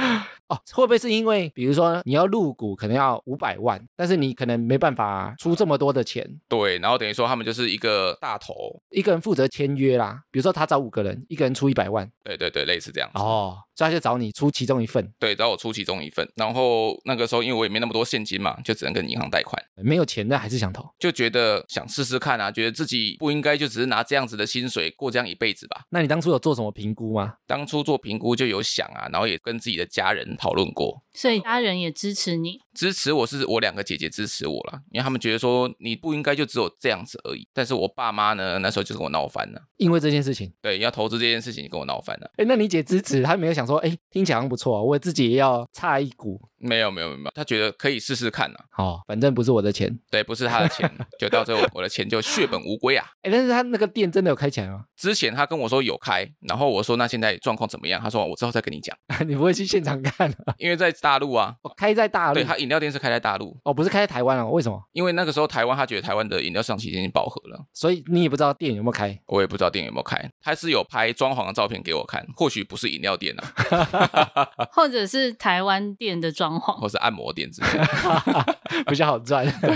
Speaker 1: 哦，会不会是因为，比如说你要入股，可能要五百万，但是你可能没办法出这么多的钱，
Speaker 2: 对，然后等于说他们就是一个大头，
Speaker 1: 一个人负责签约啦。比如说他找五个人，一个人出一百万，
Speaker 2: 对对对，类似这样。
Speaker 1: 哦，所以他就找你出其中一份，
Speaker 2: 对，然后我出其中一份，然后那个时候因为我也没那么多现金嘛，就只能跟银行贷款，
Speaker 1: 没有钱但还是想投。
Speaker 2: 就觉得想试试看啊，觉得自己不应该就只是拿这样子的薪水过这样一辈子吧。
Speaker 1: 那你当初有做什么评估吗？
Speaker 2: 当初做评估就有想啊，然后也跟自己的家人讨论过，
Speaker 3: 所以家人也支持你。
Speaker 2: 支持我是我两个姐姐支持我啦，因为他们觉得说你不应该就只有这样子而已。但是我爸妈呢，那时候就是跟我闹翻了，
Speaker 1: 因为这件事情，
Speaker 2: 对，要投资这件事情就跟我闹翻了。
Speaker 1: 哎，那你姐支持，她没有想说，哎，听起来好像不错，我自己也要差一股。
Speaker 2: 没有没有没有，他觉得可以试试看啊，
Speaker 1: 哦，反正不是我的钱。
Speaker 2: 对，不是他 的钱，就到最后我的钱就血本无归啊。
Speaker 1: 哎，但是他那个店真的有开起来吗？
Speaker 2: 之前他跟我说有开，然后我说那现在状况怎么样？他说我之后再跟 你讲，
Speaker 1: 你不会去现场看啊？
Speaker 2: 因为在大陆啊，
Speaker 1: 哦，开在大陆
Speaker 2: 对，他饮料店是开在大陆，
Speaker 1: 哦，不是开在台湾哦？为什么？
Speaker 2: 因为那个时候台湾他觉得台湾的饮料市场其实已经饱和了，
Speaker 1: 所以你也不知道店有没有开。
Speaker 2: 我也不知道店有没有开，他是有拍装潢的照片给我看，或许不是饮料店啊，
Speaker 3: 或者是台湾店的装潢
Speaker 2: 或，是按摩店之类的。
Speaker 1: 比较好赚。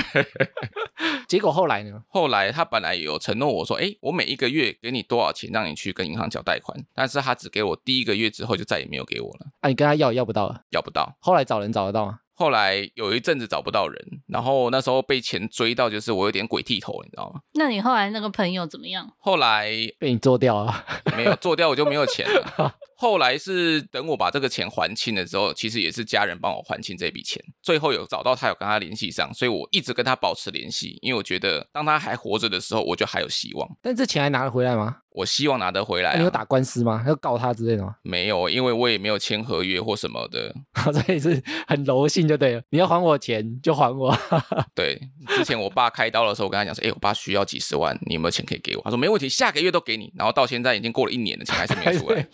Speaker 1: 结果后来呢？
Speaker 2: 后来他本来也有承诺我说，哎，我每一个月给你多少钱让你去跟银行缴贷款，但是他只给我第一个月之后就再也没有给我了，
Speaker 1: 啊，你跟他要也要不到了。
Speaker 2: 要不到。
Speaker 1: 后来找人找得到吗？
Speaker 2: 后来有一阵子找不到人，然后那时候被钱追到，就是我有点鬼剃头，你知道吗？
Speaker 3: 那你后来那个朋友怎么样？
Speaker 2: 后来
Speaker 1: 被你做掉啊了。
Speaker 2: 没有做掉我就没有钱了。后来是等我把这个钱还清了之后，其实也是家人帮我还清这笔钱。最后有找到他，有跟他联系上，所以我一直跟他保持联系，因为我觉得当他还活着的时候，我就还有希望，
Speaker 1: 但这钱还拿得回来吗？
Speaker 2: 我希望拿得回来、
Speaker 1: 那
Speaker 2: 啊。
Speaker 1: 你有打官司吗？要告他之类的吗？
Speaker 2: 没有？因为我也没有签合约或什么的。
Speaker 1: 所以是很柔性就对了。你要还我钱就还我。
Speaker 2: 对，之前我爸开刀的时候，我跟他讲说，哎、我爸需要几十万，你有没有钱可以给我？他说没问题，下个月都给你。然后到现在已经过了一年了，钱还是没有出来。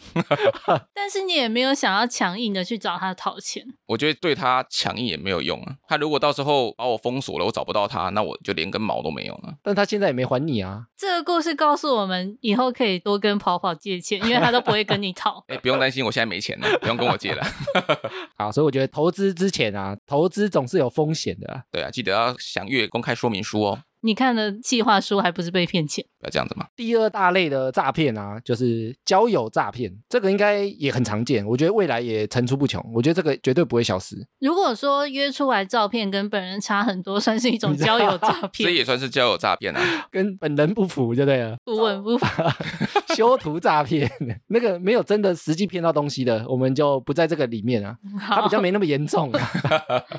Speaker 3: 但是你也没有想要强硬的去找他讨钱，
Speaker 2: 我觉得对他强硬也没有用啊。他如果到时候把我封锁了，我找不到他，那我就连根毛都没有了。。
Speaker 1: 但他现在也没还你啊。
Speaker 3: 这个故事告诉我们，以后可以多跟跑跑借钱，因为他都不会跟你讨
Speaker 2: 哎，不用担心，我现在没钱了，不用跟我借了。
Speaker 1: 好，所以我觉得投资之前啊，投资总是有风险的啊、
Speaker 2: 对啊，记得要详阅公开说明书哦，
Speaker 3: 你看的计划书还不是被骗钱？
Speaker 2: 不要这样子嘛。
Speaker 1: 第二大类的诈骗啊，就是交友诈骗，这个应该也很常见，我觉得未来也层出不穷。我觉得这个绝对不会消失。
Speaker 3: 如果说约出来照片跟本人差很多， 算是一种交友诈
Speaker 2: 这
Speaker 3: 骗，
Speaker 2: 也算是交友诈骗啊。
Speaker 1: 跟本人不符就对了，
Speaker 3: 不稳不符。
Speaker 1: 修图诈骗 那个没有真的实际骗到东西的，我们就不在这个里面啊，它
Speaker 3: 好
Speaker 1: 比较没那么严重、啊。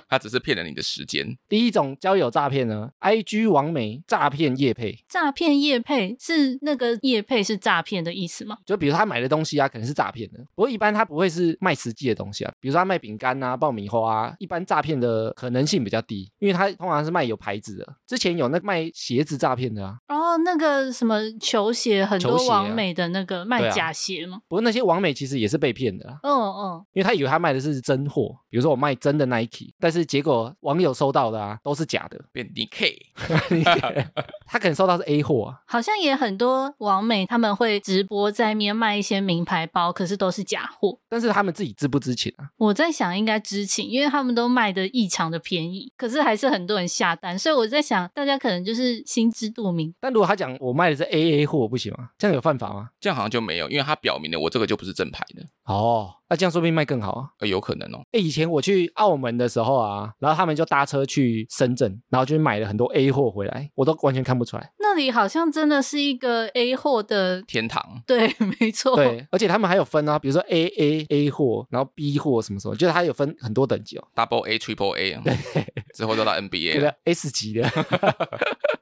Speaker 2: 他只是骗了你的时间，
Speaker 1: 第一种交友诈骗呢，IG 网媒诈骗业配，
Speaker 3: 诈骗业配是那个业配是诈骗的意思吗？
Speaker 1: 就比如他买的东西啊，可能是诈骗的，不过一般他不会是卖实际的东西啊，比如说他卖饼干啊、爆米花啊，一般诈骗的可能性比较低，因为他通常是卖有牌子的。之前有那卖鞋子诈骗的啊，
Speaker 3: 哦，那个什么球鞋，很
Speaker 1: 球
Speaker 3: 多
Speaker 1: 鞋啊
Speaker 3: 网美的那个
Speaker 1: 对
Speaker 3: 卖
Speaker 1: 啊
Speaker 3: 假鞋吗？
Speaker 1: 不过那些网美其实也是被骗的啊。
Speaker 3: 嗯嗯，
Speaker 1: 因为他以为他卖的是真货，比如说我卖真的 Nike，但是结果网友收到的啊都是假的，
Speaker 2: 变 DK，
Speaker 1: 他可能收到是 A 货啊，
Speaker 3: 好好像也很多网美他们会直播在面卖一些名牌包，可是都是假货。
Speaker 1: 但是他们自己知不知情啊？
Speaker 3: 我在想应该知情，因为他们都卖的异常的便宜，可是还是很多人下单，所以我在想，大家可能就是心知肚明。
Speaker 1: 但如果他讲我卖的是 AA 货，不行吗？这样有犯法吗？
Speaker 2: 这样好像就没有，因为它表明了我这个就不是正牌的，
Speaker 1: 哦，那这样说不定卖更好啊。
Speaker 2: 呃，有可能哦。
Speaker 1: 哎，以前我去澳门的时候啊，然后他们就搭车去深圳，然后就买了很多 A 货回来，我都完全看不出来。
Speaker 3: 那里好像真的是一个 A 货的，
Speaker 2: 天堂，
Speaker 3: 对， 没错，
Speaker 1: 对，而且他们还有分啊，比如说 A A A 货，然后 B 货什么什么，就是它有分很多等级哦，
Speaker 2: Double A、Triple A，啊之后都到
Speaker 1: 对
Speaker 2: NBA
Speaker 1: 啊
Speaker 2: 了
Speaker 1: 的。S 级的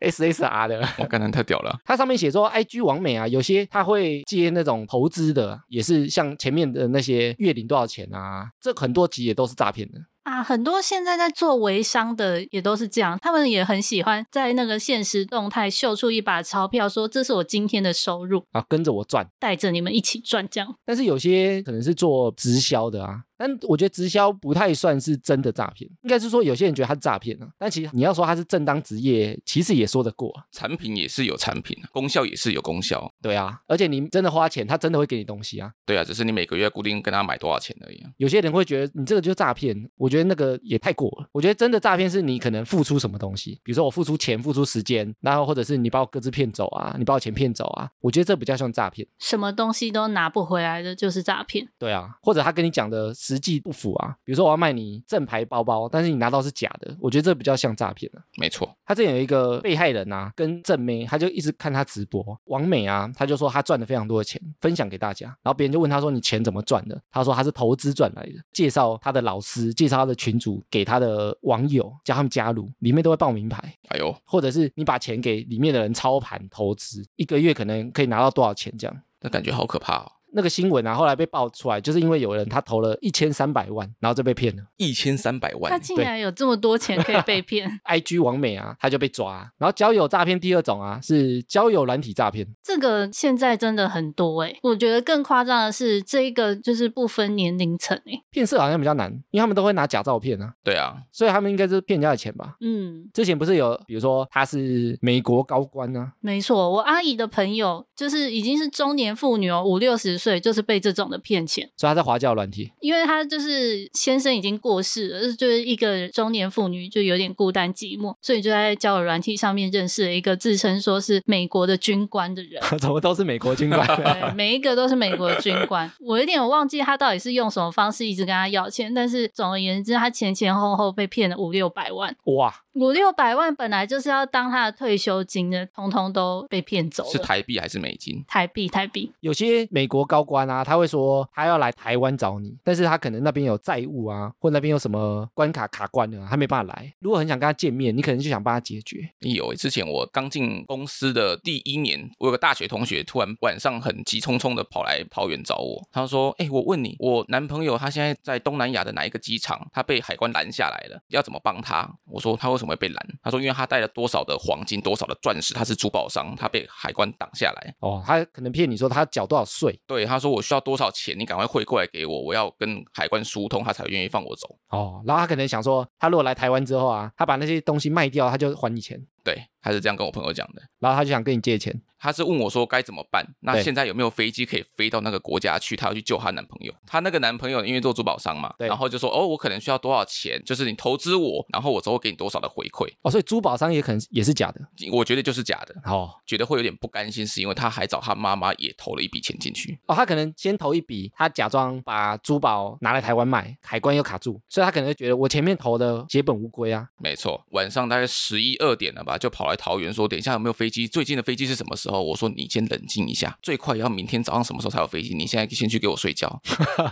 Speaker 1: ，S S R 的。
Speaker 2: 我干，太屌了！
Speaker 1: 它上面写说，IG 网美啊，有些他会接那种投资的，也是像前面的那些月领多少钱啊，这很多集也都是诈骗的。
Speaker 3: 啊，很多现在在做微商的也都是这样，他们也很喜欢在那个现实动态秀出一把钞票，说这是我今天的收入，
Speaker 1: 啊，跟着我赚。
Speaker 3: 带着你们一起赚这样。
Speaker 1: 但是有些可能是做直销的啊，但我觉得直销不太算是真的诈骗，应该是说有些人觉得它是诈骗啊，但其实你要说它是正当职业，其实也说得过啊。
Speaker 2: 产品也是有产品，功效也是有功效。
Speaker 1: 对啊，而且你真的花钱，他真的会给你东西啊。
Speaker 2: 对啊，只是你每个月固定跟他买多少钱而已啊。
Speaker 1: 有些人会觉得你这个就是诈骗，我觉得那个也太过了。我觉得真的诈骗是你可能付出什么东西，比如说我付出钱、付出时间，然后或者是你把我各自骗走啊，你把我钱骗走啊，我觉得这比较像诈骗。
Speaker 3: 什么东西都拿不回来的就是诈骗，
Speaker 1: 对啊，或者他跟你讲的实际不符啊，比如说我要卖你正牌包包，但是你拿到是假的，我觉得这比较像诈骗啊。
Speaker 2: 没错，
Speaker 1: 他之前有一个被害人啊，跟正妹，他就一直看他直播，王美啊，他就说他赚了非常多的钱，分享给大家。然后别人就问他说你钱怎么赚的？他说他是投资赚来的，介绍他的老师，介绍他的群主给他的网友，叫他们加入，里面都会报名牌。
Speaker 2: 哎呦，
Speaker 1: 或者是你把钱给里面的人操盘投资，一个月可能可以拿到多少钱这样？
Speaker 2: 那感觉好可怕哦！
Speaker 1: 那个新闻啊，后来被爆出来，就是因为有人他投了一千三百万，然后就被骗了。，
Speaker 2: 一千三百
Speaker 3: 他
Speaker 2: 万，
Speaker 3: 竟然有这么多钱可以被骗
Speaker 1: IG 王美啊，他就被抓啊、然后交友诈骗第二种啊，是交友软体诈骗。
Speaker 3: 这个现在真的很多诶、我觉得更夸张的是，这一个就是不分年龄层欸诶、
Speaker 1: 骗色好像比较难，因为他们都会拿假照片啊，
Speaker 2: 对啊，
Speaker 1: 所以他们应该是骗人家的钱吧。
Speaker 3: 嗯，
Speaker 1: 之前不是有，比如说他是美国高官啊，
Speaker 3: 没错，我阿姨的朋友就是已经是中年妇女哦，五六十岁，就是被这种的骗钱。
Speaker 1: 所以他在华教软体，
Speaker 3: 因为她就是先生已经过世了，就是一个中年妇女，就有点孤单寂寞，所以就在交友软体上面认识了一个自称说是美国的军官 的人。
Speaker 1: 怎么都是美国军官、
Speaker 3: 对，每一个都是美国军官，我有点忘记他到底是用什么方式一直跟他要钱，但是总而言之，他前前后后被骗了五六百万，
Speaker 1: 哇，
Speaker 3: 五六百万本来就是要当他的退休金的，通通都被骗走了。
Speaker 2: 是台币还是美金？
Speaker 3: 台币，台币，
Speaker 1: 有些美国高官啊，他会说他要来台湾找你，但是他可能那边有债务啊，或那边有什么关卡卡关了、啊，他没办法来。如果很想跟他见面，你可能就想帮他解决。
Speaker 2: 有，之前我刚进公司的第一年，我有个大学同学突然晚上很急匆匆的跑来桃园找我，他说：“哎、我问你，我男朋友他现在在东南亚的哪一个机场？他被海关拦下来了，要怎么帮他？”我说：“他为什么会被拦？”他说：“因为他带了多少的黄金，多少的钻石，他是珠宝商，他被海关挡下来。
Speaker 1: 哦，他可能骗你说他缴多少税”
Speaker 2: 对，他说：“我需要多少钱？你赶快汇过来给我，我要跟海关疏通，他才愿意放我走。
Speaker 1: 哦，然后他可能想说，他如果来台湾之后啊，他把那些东西卖掉，他就还你钱，”
Speaker 2: 对，他是这样跟我朋友讲的。
Speaker 1: 然后他就想跟你借钱。
Speaker 2: 她是问我说该怎么办？那
Speaker 1: 对
Speaker 2: 现在有没有飞机可以飞到那个国家去？她要去救她男朋友。她那个男朋友因为做珠宝商嘛，
Speaker 1: 对
Speaker 2: 然后就说哦，我可能需要多少钱？就是你投资我，然后我之后给你多少的回馈？
Speaker 1: 哦，所以珠宝商也可能也是假的。
Speaker 2: 我觉得就是假的，
Speaker 1: 哦
Speaker 2: 觉得会有点不甘心，是因为她还找她妈妈也投了一笔钱进去。
Speaker 1: 哦，他可能先投一笔，他假装把珠宝拿来台湾卖，海关又卡住，所以他可能就觉得我前面投的血本无归啊。
Speaker 2: 没错，晚上大概十一二点了吧，就跑来桃园说，等一下有没有飞机？最近的飞机是什么时候？我说你先冷静一下，最快也要明天早上什么时候才有飞机？你现在先去给我睡觉，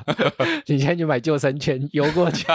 Speaker 1: 你现在就买救生圈游过去，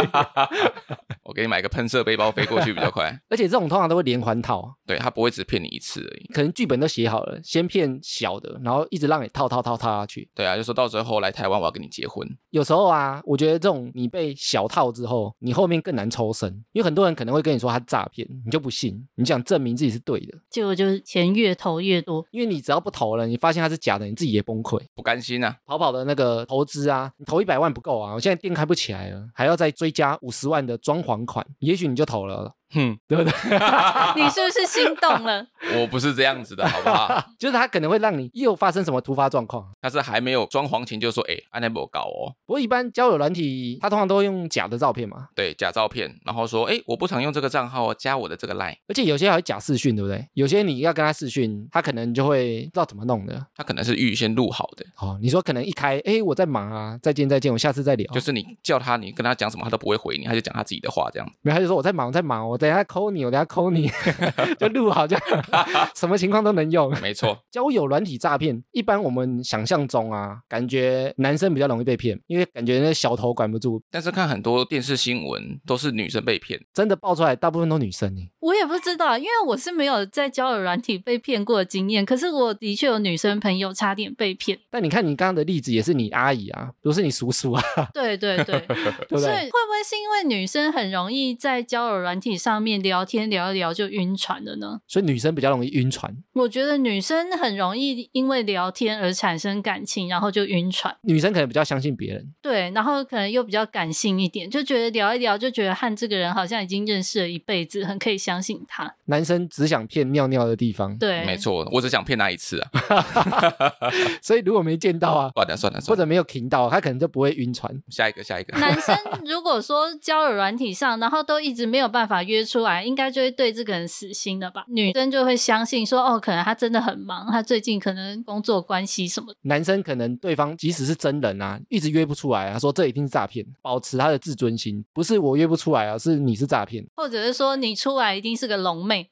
Speaker 2: 我给你买个喷射背包飞过去比较快。
Speaker 1: 而且这种通常都会连环套，
Speaker 2: 对他不会只骗你一次而已。
Speaker 1: 可能剧本都写好了，先骗小的，然后一直让你套套套套下去。
Speaker 2: 对啊，就说到时候来台湾，我要跟你结婚。
Speaker 1: 有时候啊，我觉得这种你被小套之后，你后面更难抽身，因为很多人可能会跟你说他诈骗，你就不信，你想证明自己是对的，
Speaker 3: 结果就是钱越投越多，
Speaker 1: 因为你只要不投了，你发现他是假的，你自己也崩溃。
Speaker 2: 不甘心啊，
Speaker 1: 跑跑的那个投资啊，你投一百万不够啊，我现在店开不起来了，还要再追加五十万的装潢款，也许你就投了。
Speaker 2: 哼，
Speaker 1: 对不对？
Speaker 3: 你是不是心动了？
Speaker 2: 我不是这样子的，好不好？
Speaker 1: 就是它可能会让你又发生什么突发状况。啊
Speaker 2: 但是还没有装潢前就说，哎、安内博搞哦，
Speaker 1: 不过一般交友软体，它通常都用假的照片嘛，
Speaker 2: 对，假照片，然后说，哎、我不常用这个账号哦，加我的这个 line，
Speaker 1: 而且有些还会假视讯，对不对？有些你要跟他视讯，他可能就会不知道怎么弄的。
Speaker 2: 他可能是预先录好的，
Speaker 1: 哦，你说可能一开，哎，我在忙啊，再见再见，我下次再聊。
Speaker 2: 就是你叫他，你跟他讲什么，他都不会回你，他就讲他自己的话这样。
Speaker 1: 没有，他就说我在忙，我在忙，我等一下抠你，我等一下抠 你，就录好这样，什么情况都能用。
Speaker 2: 没错，
Speaker 1: 交友软体诈骗，一般我们想象中啊，感觉男生比较容易被骗，因为感觉那小头管不住，
Speaker 2: 但是看很多电视新闻都是女生被骗，
Speaker 1: 真的爆出来大部分都女生欸呢。
Speaker 3: 我也不知道，因为我是没有在交友软体被骗过的经验，可是我的确有女生朋友差点被 骗。
Speaker 1: 但你看你刚刚的例子，也是你阿姨啊，不是你叔叔啊，
Speaker 3: 对对
Speaker 1: 对
Speaker 3: 对，
Speaker 1: 不
Speaker 3: 所以会不
Speaker 1: 对？
Speaker 3: 会是因为女生很容易在交友软体上面聊天聊一聊就晕船了呢？
Speaker 1: 所以女生比较容易晕船，
Speaker 3: 我觉得女生很容易因为聊天而产生感情，然后就晕船。
Speaker 1: 女生可能比较相信别人。
Speaker 3: 对，然后可能又比较感性一点，就觉得聊一聊就觉得和这个人好像已经认识了一辈子，很可以相信他。
Speaker 1: 男生只想骗尿尿的地方，
Speaker 3: 对，
Speaker 2: 没。错，我只想骗他一次啊，
Speaker 1: 所以如果没见到啊，
Speaker 2: 算了算了
Speaker 1: 或
Speaker 2: 算了，
Speaker 1: 者没有停到，他可能就不会晕船。
Speaker 2: 下一个下一 个，
Speaker 3: 男生如果说交友软体上，然后都一直没有办法约出来，应该就会对这个人死心了吧？女生就会相信说，哦，可能他真的很忙，他最近可能工作关系什么的。
Speaker 1: 男生可能对方即使是真人啊，一直约不出来啊，说这一定是诈骗，保持他的自尊心，不是我约不出来啊，是你是诈骗，
Speaker 3: 或者是说你出来一定是个龙妹，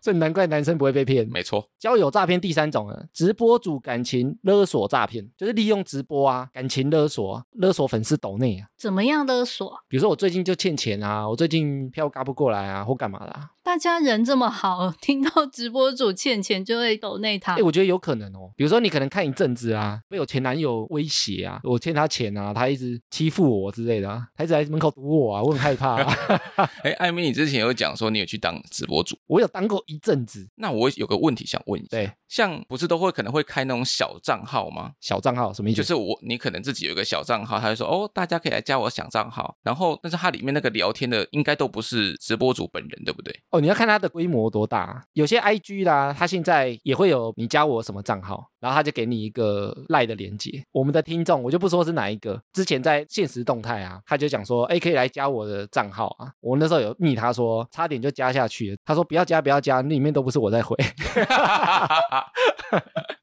Speaker 1: 所以难怪男生不会被骗。
Speaker 2: 没错，
Speaker 1: 交友诈骗第三种呢，直播主感情勒索诈骗，就是利用直播啊，感情勒索啊，勒索粉丝抖内啊。
Speaker 3: 怎么样勒索？
Speaker 1: 比如说我最近就欠钱啊，我最近票嘎不过来啊，或干嘛的、啊。
Speaker 3: 大家人这么好，听到直播主欠钱就会抖内他
Speaker 1: 哎、。我觉得有可能哦。比如说你可能看一阵子啊，被我前男友威胁啊，我欠他钱啊，他一直欺负我之类的、啊，他一直在门口堵我啊，我很害怕、啊。
Speaker 2: 哎、艾米，你之前有讲说你有去当直播主，
Speaker 1: 我有当过一阵子，
Speaker 2: 那我有个问题想问一下，
Speaker 1: 对，
Speaker 2: 像不是都会可能会开那种小账号吗？
Speaker 1: 小账号什么意思？
Speaker 2: 就是我，你可能自己有一个小账号，他就说哦，大家可以来加我小账号。然后，但是它里面那个聊天的应该都不是直播主本人，对 不对？
Speaker 1: 哦，你要看它的规模多大、啊。有些 IG 啦、它现在也会有你加我什么账号，然后它就给你一个赖的连接。我们的听众我就不说是哪一个，之前在现实动态啊，他就讲说，哎，可以来加我的账号啊。我那时候有密他说，差点就加下去了。他说不要加，不要加，那里面都不是我在回。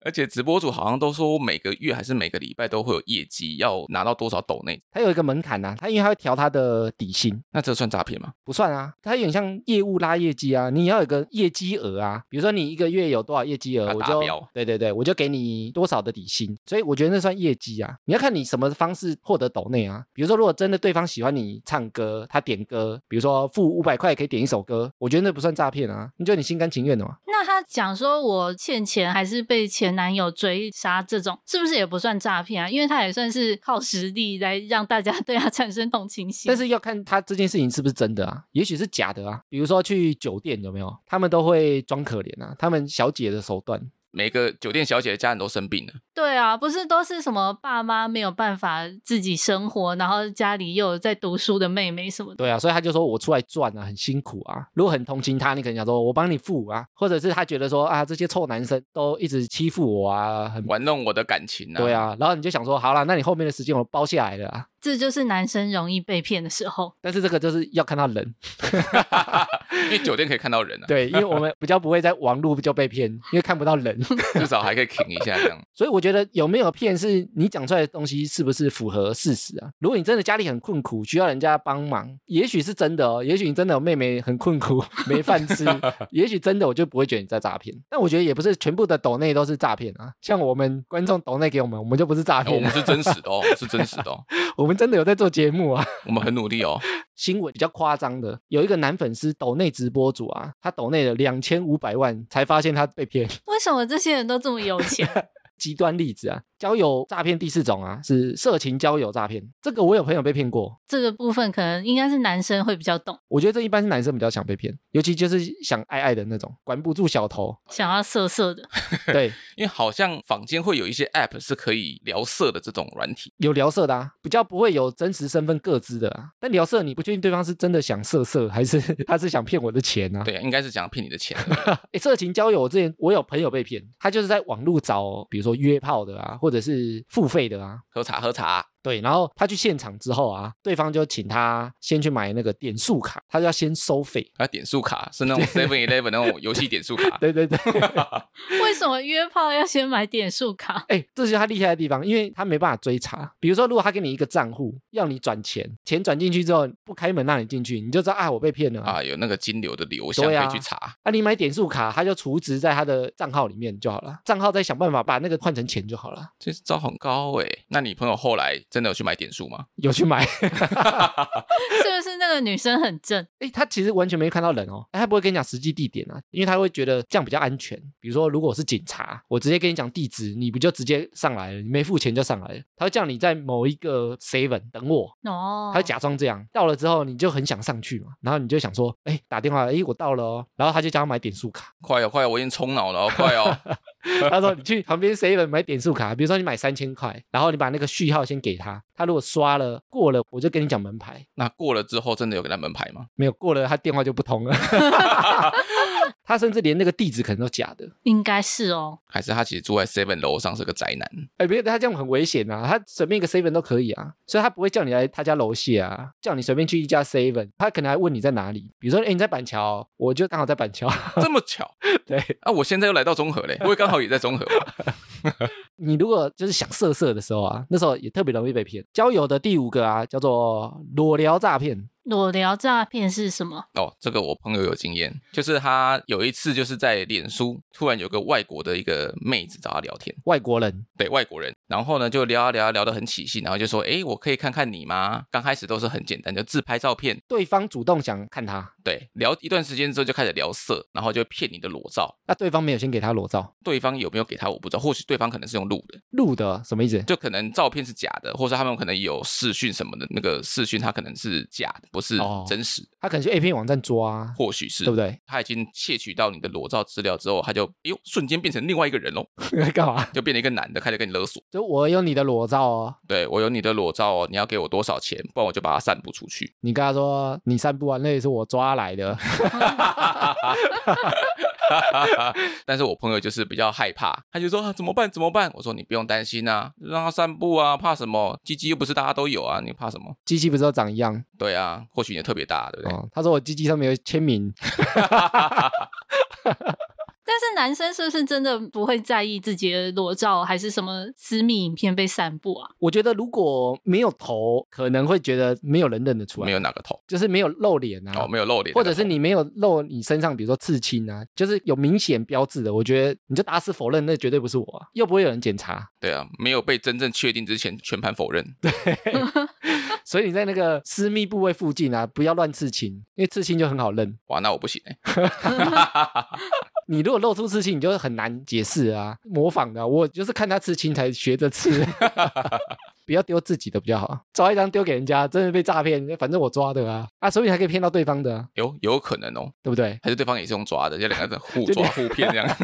Speaker 2: 而且直播主好像都说每个月还是每个礼拜都会有业绩，要拿到多少抖内，
Speaker 1: 它有一个门槛呐、啊，它因为它会调它的底薪，
Speaker 2: 那这算诈骗吗？
Speaker 1: 不算啊，它有点像业务拉业绩啊，你要有个业绩额啊，比如说你一个月有多少业绩额，
Speaker 2: 它
Speaker 1: 我
Speaker 2: 达
Speaker 1: 就
Speaker 2: 标
Speaker 1: 对对对，我就给你多少的底薪，所以我觉得那算业绩啊。你要看你什么方式获得抖内啊，比如说如果真的对方喜欢你唱歌，他点歌，比如说付五百块可以点一首歌，我觉得那不算诈骗啊，那就你心甘情愿的嘛。
Speaker 3: 那他讲说我欠钱还是被前男友追杀这种，是不是也不算诈骗啊？因为他也算是靠实力来让大家对他产生同情心。
Speaker 1: 但是要看他这件事情是不是真的啊，也许是假的啊。比如说去酒店有没有，他们都会装可怜啊，他们小姐的手段。
Speaker 2: 每个酒店小姐的家人都生病了，
Speaker 3: 对啊，不是都是什么爸妈没有办法自己生活，然后家里又有在读书的妹妹什么的。
Speaker 1: 对啊，所以他就说我出来赚啊，很辛苦啊。如果很同情他，你可能想说我帮你付啊，或者是他觉得说啊，这些臭男生都一直欺负我啊，很
Speaker 2: 玩弄我的感情啊！
Speaker 1: 对，啊。然后你就想说，好啦，那你后面的时间我包下来了啊。
Speaker 3: 这就是男生容易被骗的时候。
Speaker 1: 但是这个就是要看到人，
Speaker 2: 因为酒店可以看到人啊，
Speaker 1: 对，因为我们比较不会在网络就被骗，因为看不到人，
Speaker 2: 至少还可以停一下这样。
Speaker 1: 所以我觉得有没有骗是你讲出来的东西是不是符合事实啊？如果你真的家里很困苦，需要人家帮忙，也许是真的哦，也许你真的有妹妹很困苦 没饭 吃，也许真的我就不会觉得你在诈骗。但我觉得也不是全部的抖内都是诈骗啊，像我们观众抖内给我们，我们就不是诈
Speaker 2: 哎我
Speaker 1: 骗、
Speaker 2: 们
Speaker 1: 啊，
Speaker 2: 是真实的哦，我们是真实的哦，
Speaker 1: 我们真的有在做节目啊。
Speaker 2: 我们很努力哦。
Speaker 1: 新闻比较夸张的，有一个男粉丝抖内直播主啊，他抖内了两千五百万，才发现他被骗。
Speaker 3: 为什么这些人都这么有钱？
Speaker 1: 极端例子啊，交友诈骗第四种啊，是色情交友诈骗。这个我有朋友被骗过，
Speaker 3: 这个部分可能应该是男生会比较懂，
Speaker 1: 我觉得这一般是男生比较想被骗，尤其就是想爱爱的那种，管不住小头。
Speaker 3: 想要色色的，
Speaker 1: 对，
Speaker 2: 因为好像坊间会有一些 App 是可以聊色的这种软体，
Speaker 1: 有聊色的啊，比较不会有真实身份各自的啊。但聊色你不确定对方是真的想色色，还是 他是想骗我的钱啊？
Speaker 2: 对啊，应该是想骗你的钱而已。
Speaker 1: 诶色情交友，我之前我有朋友被骗，他就是在网络找，比如说约炮的啊，或者是付费的啊。
Speaker 2: 喝茶喝茶，
Speaker 1: 对，然后他去现场之后啊，对方就请他先去买那个点数卡，他就要先收费。啊
Speaker 2: 还有点数卡是那种 Seven Eleven 那种游戏点数卡。
Speaker 1: 对对对，
Speaker 3: 为什么约炮要先买点数卡？
Speaker 1: 哎、这就是他厉害的地方，因为他没办法追查。比如说，如果他给你一个账户，要你转钱，钱转进去之后不开门让你进去，你就知道啊，我被骗了啊。
Speaker 2: 啊，有那个金流的流向可
Speaker 1: 对啊
Speaker 2: 以去查，
Speaker 1: 啊，你买点数卡，他就储值在他的账号里面就好了，账号再想办法把那个换成钱就好了。
Speaker 2: 这招很高诶。那你朋友后来真的有去买点数吗？
Speaker 1: 有去买，
Speaker 3: 是不是那个女生很正？
Speaker 1: 哎，他其实完全没看到人哦，哎他不会跟你讲实际地点啊，因为他会觉得这样比较安全。比如说，如果我是警察，我直接跟你讲地址，你不就直接上来了？你没付钱就上来了，他会叫你在某一个 seven 等我，
Speaker 3: 哦，
Speaker 1: 他就假装这样，到了之后你就很想上去嘛，然后你就想说，哎，打电话，哎，我到了哦，然后他就叫他买点数卡，
Speaker 2: 快哦快哦，我已经冲脑了哦，快哦！
Speaker 1: 他说你去旁边 seven 买点数卡，比如说你买三千块，然后你把那个序号先给他，他如果刷了过了，我就跟你讲门牌，
Speaker 2: 那过了之后真的有给他门牌吗？
Speaker 1: 没有过了他电话就不通了，他甚至连那个地址可能都假的。
Speaker 3: 应该是哦。
Speaker 2: 还是他其实住在 Seven 楼上是个宅男？
Speaker 1: 哎，别他这样很危险啊！他随便一个 seven 都可以啊，所以他不会叫你来他家楼下啊，叫你随便去一家 seven，他可能还问你在哪里，比如说，哎，你在板桥哦，我就刚好在板桥，
Speaker 2: 这么巧？
Speaker 1: 对，
Speaker 2: 啊，我现在又来到中和嘞，我也刚好也在中和嘛。
Speaker 1: 你如果就是想色色的时候啊，那时候也特别容易被骗。交友的第五个啊，叫做裸聊诈骗。
Speaker 3: 裸聊诈骗是什么？
Speaker 2: 哦，这个我朋友有经验，就是他有一次就是在脸书突然有个外国的一个妹子找他聊天，
Speaker 1: 外国人
Speaker 2: 对外国人，然后呢就聊啊聊啊聊得很起兴，然后就说，诶，我可以看看你吗？刚开始都是很简单，就自拍照片，
Speaker 1: 对方主动想看他，
Speaker 2: 对，聊一段时间之后就开始聊色，然后就骗你的裸照，
Speaker 1: 那对方没有先给他裸照，
Speaker 2: 对方有没有给他我不知道，或许对方可能是用录的，
Speaker 1: 录的什么意思？
Speaker 2: 就可能照片是假的，或者他们可能有视讯什么的，那个视讯他可能是假的，不是
Speaker 1: 哦
Speaker 2: 真实的，
Speaker 1: 他可能去 A 片网站抓、啊，
Speaker 2: 或许是
Speaker 1: 对不？对？
Speaker 2: 他已经窃取到你的裸照资料之后，他就哎呦瞬间变成另外一个人喽，
Speaker 1: 干嘛？
Speaker 2: 就变成一个男的，开始跟你勒索。
Speaker 1: 就我有你的裸照哦，
Speaker 2: 对我有你的裸照哦，你要给我多少钱，不然我就把它散布出去。
Speaker 1: 你跟他说你散步啊，那也是我抓来的，
Speaker 2: 但是我朋友就是比较害怕，他就说、啊、怎么办怎么办？我说你不用担心啊，让他散步啊，怕什么？鸡鸡又不是大家都有啊，你怕什么？
Speaker 1: 机器不是都长一样
Speaker 2: 对啊，或许你的特别大，对不对？
Speaker 1: 哦？他说我机器上面有签名，
Speaker 3: 但是男生是不是真的不会在意自己的裸照还是什么私密影片被散布啊？
Speaker 1: 我觉得如果没有头，可能会觉得没有人认得出来，
Speaker 2: 没有哪个头
Speaker 1: 就是没有露脸啊，
Speaker 2: 哦，没有露脸的头，
Speaker 1: 或者是你没有露你身上，比如说刺青啊，就是有明显标志的，我觉得你就打死否认，那绝对不是我、啊，又不会有人检查。
Speaker 2: 对啊，没有被真正确定之前全盘否认。
Speaker 1: 所以你在那个私密部位附近啊，不要乱刺青，因为刺青就很好认。
Speaker 2: 哇，那我不行哎、
Speaker 1: 你如果露出刺青，你就很难解释啊，模仿的啊、我就是看他刺青才学着刺。 不要丢自己的比较好，抓一张丢给人家，真的被诈骗，反正我抓的啊啊，所以你还可以骗到对方的、啊，
Speaker 2: 有有可能哦，
Speaker 1: 对不对
Speaker 2: 还是对方也是用抓的，就两个人互
Speaker 1: 就
Speaker 2: 抓
Speaker 1: 两
Speaker 2: 互骗这样，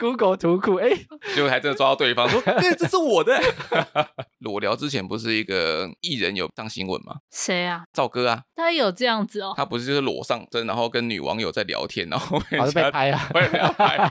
Speaker 1: ？Google 图库， 哎，
Speaker 2: 结果还真的抓到对 方，说：“对，这是我的。”裸聊之前不是一个艺人有上新闻吗？
Speaker 3: 谁啊？
Speaker 2: 赵哥啊，
Speaker 3: 他有这样子哦？
Speaker 2: 他不是就是裸上身，然后跟女网友在聊天，然后被
Speaker 1: 好像
Speaker 2: 人
Speaker 1: 被
Speaker 2: 家
Speaker 1: 拍啊，
Speaker 2: 被人家拍。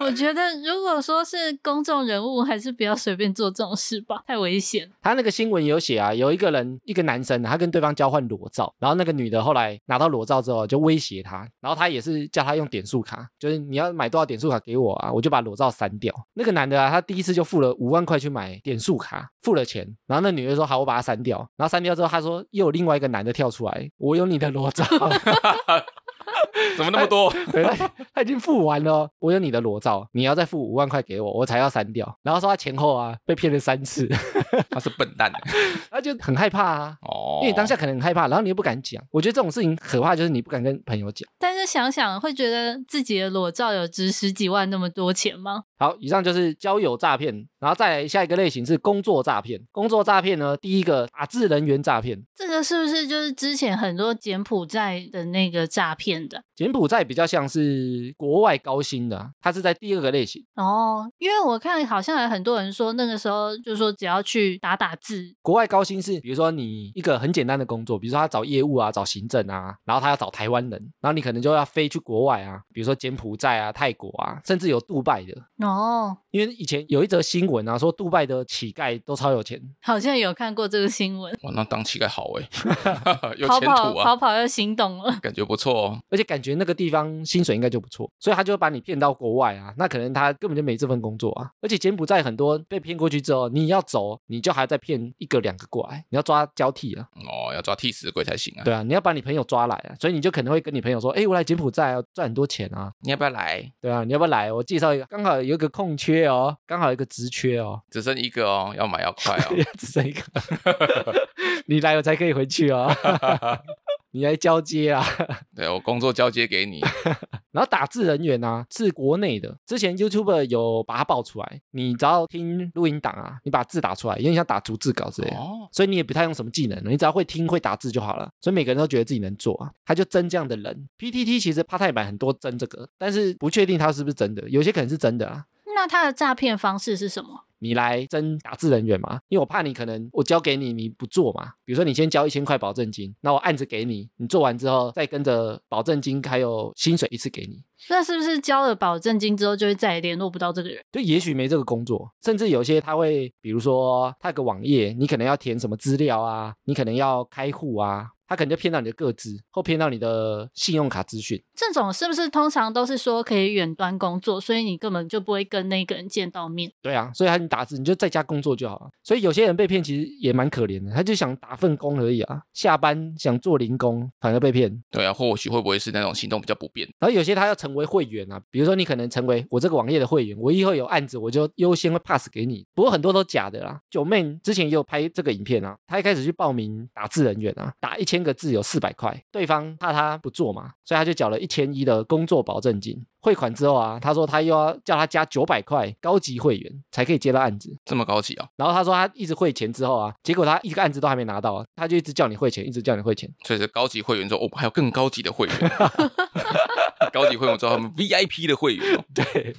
Speaker 3: 我觉得如果说是公众人物，还是不要随便做这种事吧，太危险。
Speaker 1: 他那个新闻有写啊，有一个人，一个男生，啊他跟对方交换裸照，然后那个女的后来拿到裸照之后就威胁他，然后他也是叫他用点数卡，就是你要买多少点数卡给我啊，我就把裸照删掉。那个男的啊，他第一次就付了五万块去买点数卡，付了钱，然后那女的说好，我把它删掉。然后删掉之后，他说又有另外一个男的跳出来，我有你的裸照，
Speaker 2: 怎么那 么多？
Speaker 1: 对他他已经付完了哦，我有你的裸照，你要再付五万块给我，我才要删掉。然后说他前后啊被骗了三次，
Speaker 2: 他是笨蛋欸
Speaker 1: 他就很害怕啊。
Speaker 2: 哦，
Speaker 1: 因为你当下可能很害怕，然后你又不敢讲。我觉得这种事情可怕就是你不敢跟朋友讲。
Speaker 3: 但是想想会觉得自己的裸照有值十几万那么多钱吗？
Speaker 1: 好，以上就是交友诈骗，然后再来下一个类型是工作诈骗。工作诈骗呢，第一个打字人员诈骗，
Speaker 3: 这个是不是就是之前很多柬埔寨的那个诈骗的？
Speaker 1: 柬埔寨比较像是国外高薪的啊、它是在第二个类型。
Speaker 3: 哦，因为我看好像有很多人说那个时候就说只要去打打字，
Speaker 1: 国外高薪是，比如说你一个很简单的工作，比如说他找业务啊，找行政啊，然后他要找台湾人，然后你可能就要飞去国外啊，比如说柬埔寨啊、泰国啊，甚至有杜拜的。
Speaker 3: 哦，
Speaker 1: 因为以前有一则新闻啊，说杜拜的乞丐都超有钱，
Speaker 3: 好像有看过这个新闻，
Speaker 2: 哇，那当乞丐好 哎，有
Speaker 3: 跑
Speaker 2: 前
Speaker 3: 跑
Speaker 2: 途
Speaker 3: 跑
Speaker 2: 啊，
Speaker 3: 跑要行动了。
Speaker 2: 感觉不错哦。
Speaker 1: 而且感觉那个地方薪水应该就不错，所以他就会把你骗到国外啊。那可能他根本就没这份工作啊。而且柬埔寨很多被骗过去之后，你要走，你就还再骗一个两个过来，你要抓交替啊。
Speaker 2: 哦，要抓替死鬼才行啊！
Speaker 1: 对啊，你要把你朋友抓来啊，所以你就可能会跟你朋友说，哎，我来柬埔寨啊，赚很多钱啊。
Speaker 2: 你要不要来？
Speaker 1: 对啊，你要不要来？我介绍一个，刚好有一个空缺哦，刚好有一个职缺哦，
Speaker 2: 只剩一个哦，要买要快哦。
Speaker 1: 只剩一个， 你来我才可以回去哦。 你来交接啊，
Speaker 2: 对我工作交接给你，
Speaker 1: 然后打字人员啊是国内的，之前 YouTube 有把它爆出来，你只要听录音档啊，你把字打出来，有点像打逐字稿之类的。
Speaker 2: 哦，
Speaker 1: 所以你也不太用什么技能了，你只要会听会打字就好了。所以每个人都觉得自己能做啊，他就争这样的人。PTT 其实帕泰版很多争这个，但是不确定他是不是真的，有些可能是真的啊。
Speaker 3: 那他的诈骗方式是什么？
Speaker 1: 你来争打字人员嘛，因为我怕你可能我交给你你不做嘛，比如说你先交一千块保证金，那我按着给你，你做完之后再跟着保证金还有薪水一次给你，
Speaker 3: 那是不是交了保证金之后就会再也联络不到这个人？
Speaker 1: 就也许没这个工作，甚至有些他会，比如说他有个网页，你可能要填什么资料啊，你可能要开户啊，他可能就骗到你的个资或骗到你的信用卡资讯，
Speaker 3: 这种是不是通常都是说可以远端工作，所以你根本就不会跟那个人见到面？
Speaker 1: 对啊，所以他你打字你就在家工作就好了。所以有些人被骗其实也蛮可怜的，他就想打份工而已啊，下班想做零工反而被骗。
Speaker 2: 对啊，或许会不会是那种行动比较不便？
Speaker 1: 然后有些他要成为会员啊，比如说你可能成为我这个网页的会员，我以后有案子我就优先会 pass 给你。不过很多都假的啦。九妹之前也有拍这个影片啊，她一开始去报名打字人员啊，打一千个字有四百块，对方怕她不做嘛，所以她就缴了一千一的工作保证金。汇款之后啊，她说她又要叫她加九百块高级会员才可以接到案子。
Speaker 2: 这么高级哦，
Speaker 1: 然后她说她一直汇钱之后啊，结果她一个案子都还没拿到啊，她就一直叫你汇钱，一直叫你汇钱。
Speaker 2: 所以是高级会员之后，哦，还有更高级的会员。 高级会员之后，他们 VIP 的会员、哦，
Speaker 1: 对，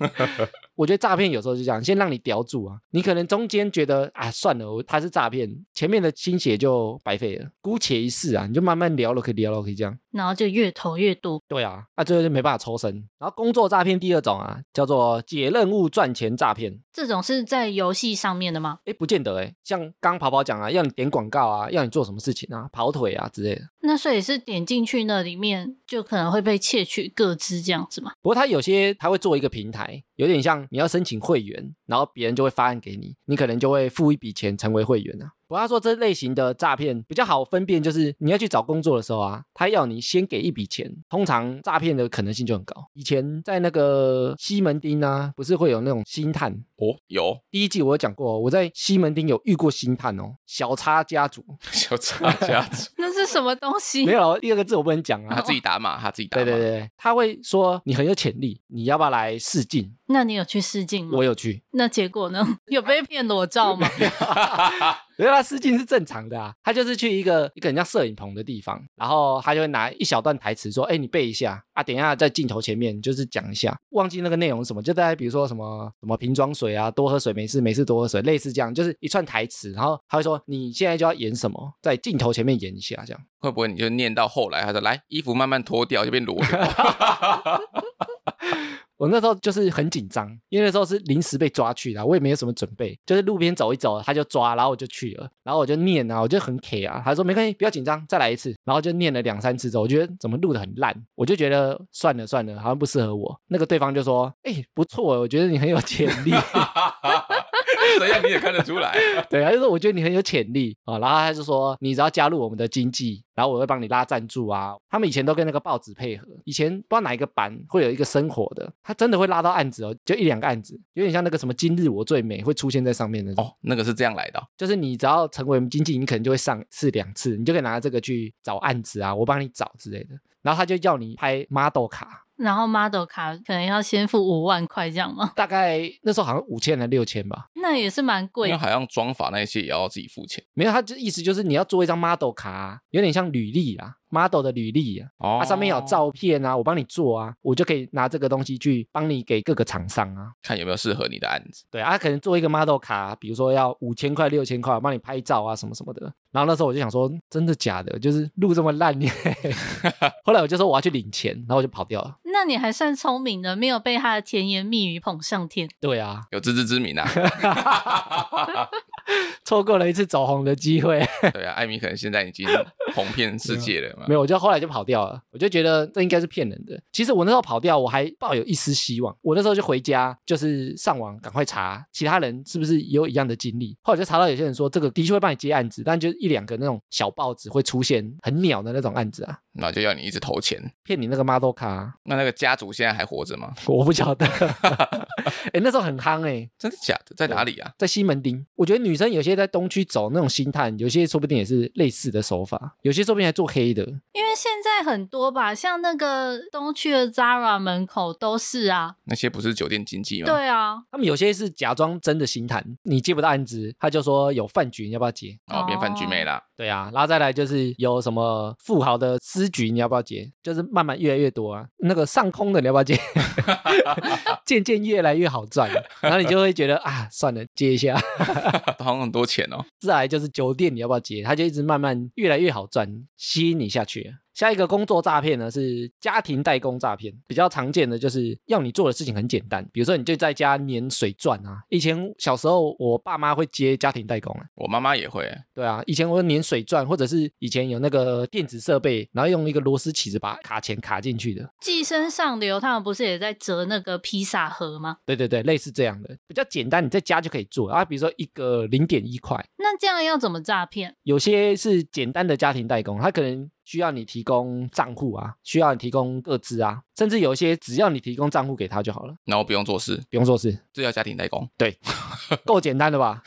Speaker 1: 我觉得诈骗有时候就这样，先让你叼住啊。你可能中间觉得啊，算了，我他是诈骗，前面的心血就白费了，姑且一试啊。你就慢慢聊了，可以聊了，可以这样。
Speaker 3: 然后就越投越多。
Speaker 1: 对啊，那、最后就没办法抽身。然后工作诈骗第二种啊，叫做解任务赚钱诈骗。
Speaker 3: 这种是在游戏上面的吗？
Speaker 1: 哎，不见得哎，像刚跑跑讲啊，要你点广告啊，要你做什么事情啊，跑腿啊之类的。
Speaker 3: 那所以是点进去那里面就可能会被窃取各资这样子吗？
Speaker 1: 不过它有些它会做一个平台，有点像你要申请会员，然后别人就会发案给你，你可能就会付一笔钱成为会员啊。不过他说这类型的诈骗比较好分辨，就是你要去找工作的时候啊，他要你先给一笔钱，通常诈骗的可能性就很高。以前在那个西门町啊，不是会有那种星探。
Speaker 2: 哦，有
Speaker 1: 第一季我有讲过哦、我在西门町有遇过星探哦，小叉家族
Speaker 2: 小 差家族，
Speaker 3: 那是什么东西
Speaker 1: 没？有第二个字我不能讲
Speaker 2: 他
Speaker 1: 啊。
Speaker 2: 自己打码，他自己打
Speaker 1: 对
Speaker 2: 码。
Speaker 1: 对对，他会说你很有潜力，你要不要来试镜？
Speaker 3: 那你有去试镜吗
Speaker 1: 我？有去，
Speaker 3: 那结果呢？ 有被骗裸照吗？
Speaker 1: 因为他试镜是正常的啊，他就是去一个一个很像摄影棚的地方，然后他就会拿一小段台词说：“哎，你背一下啊，等一下在镜头前面就是讲一下，忘记那个内容是什么，就大概比如说什么什么瓶装水啊，多喝水，没事没事多喝水，类似这样，就是一串台词，然后他会说你现在就要演什么，在镜头前面演一下这样。
Speaker 2: 会不会你就念到后来，他说来衣服慢慢脱掉就变裸聊？
Speaker 1: 我那时候就是很紧张，因为那时候是临时被抓去的啊，我也没有什么准备，就是路边走一走，他就抓，然后我就去了，然后我就念啊，我就很 K 啊，他说没关系，不要紧张，再来一次，然后就念了两三次之后，我觉得怎么录的很烂，我就觉得算了算 了，好像不适合我。那个对方就说，哎、不错，我觉得你很有潜力，
Speaker 2: 怎样你也看得出来。
Speaker 1: 对，他就说我觉得你很有潜力啊、然后他就说你只要加入我们的经济，然后我会帮你拉赞助啊。他们以前都跟那个报纸配合，以前不知道哪一个版会有一个生活的，他真的会拉到案子哦，就一两个案子，有点像那个什么今日我最美会出现在上面的哦。
Speaker 2: 哦，那个是这样来的哦、
Speaker 1: 就是你只要成为我们经纪，你可能就会上次两次，你就可以拿这个去找案子啊，我帮你找之类的。然后他就叫你拍 model 卡，
Speaker 3: 然后 model 卡可能要先付五万块这样吗？
Speaker 1: 大概那时候好像五千还六千吧。
Speaker 3: 那也是蛮贵
Speaker 2: 因为
Speaker 3: 的。
Speaker 2: 好像妆法那些也要自己付钱
Speaker 1: 没有，他就意思就是你要做一张 model 卡啊、有点像履历啦，model 的履历啊，
Speaker 2: 哦
Speaker 1: 它、上面有，照片啊，我帮你做啊，我就可以拿这个东西去帮你给各个厂商啊。
Speaker 2: 看有没有适合你的案子。
Speaker 1: 对啊，可能做一个 model 卡，啊比如说要五千块、六千块，我帮你拍照啊，什么什么的。然后那时候我就想说，真的假的？就是路这么烂，你后来我就说我要去领钱，然后我就跑掉了。
Speaker 3: 那你还算聪明的，没有被他的甜言蜜语捧上天。
Speaker 1: 对啊，
Speaker 2: 有自知 之明啊！
Speaker 1: 错过了一次走红的机会。
Speaker 2: 对啊，艾米可能现在已经红遍世界了嘛。
Speaker 1: 没有，我就后来就跑掉了。我就觉得这应该是骗人的。其实我那时候跑掉，我还抱有一丝希望。我那时候就回家，就是上网赶快查其他人是不是也有一样的经历。后来就查到有些人说，这个的确会帮你接案子，但就一两个那种小报纸会出现很鸟的那种案子啊，
Speaker 2: 然后就要你一直投钱。
Speaker 1: 骗你那个 model 卡啊、
Speaker 2: 那那个家族现在还活着吗？
Speaker 1: 我不晓得。哎、那时候很夯哎、
Speaker 2: 真的假的？在哪里啊？
Speaker 1: 在西门町，我觉得女生有些在东区走那种星探，有些说不定也是类似的手法，有些说不定还做黑的。
Speaker 3: 因为现在很多吧，像那个东区的 Zara 门口都是啊。
Speaker 2: 那些不是酒店经济吗？，
Speaker 3: 对啊，
Speaker 1: 他们有些是假装真的星探，你接不到案子，他就说有饭局，你要不要接？
Speaker 2: 然后变饭局妹啦。
Speaker 1: 对啊，然后再来就是有什么富豪的私局，你要不要接？就是慢慢越来越多啊，那个上空的你要不要接？ 渐渐越来越好赚，然后你就会觉得啊，算了，接一下。
Speaker 2: 好像很多钱哦。
Speaker 1: 再来就是酒店，你要不要接？他就一直慢慢越来越好赚，吸引你下去。下一个工作诈骗呢是家庭代工诈骗，比较常见的就是要你做的事情很简单，比如说你就在家粘水钻啊。以前小时候我爸妈会接家庭代工啊，
Speaker 2: 我妈妈也会，欸
Speaker 1: 对啊，以前我粘水钻，或者是以前有那个电子设备，然后用一个螺丝起子把卡钳卡进去的。
Speaker 3: 寄生上流他们不是也在折那个披萨盒吗？
Speaker 1: 对对对，类似这样的，比较简单，你在家就可以做啊。比如说一个零点一块，
Speaker 3: 那这样要怎么诈骗？
Speaker 1: 有些是简单的家庭代工，它可能需要你提供账户啊，需要你提供个资啊，甚至有一些只要你提供账户给他就好了，
Speaker 2: 然后不用做事，
Speaker 1: 不用做事，
Speaker 2: 这叫家庭代工。
Speaker 1: 够简单的吧？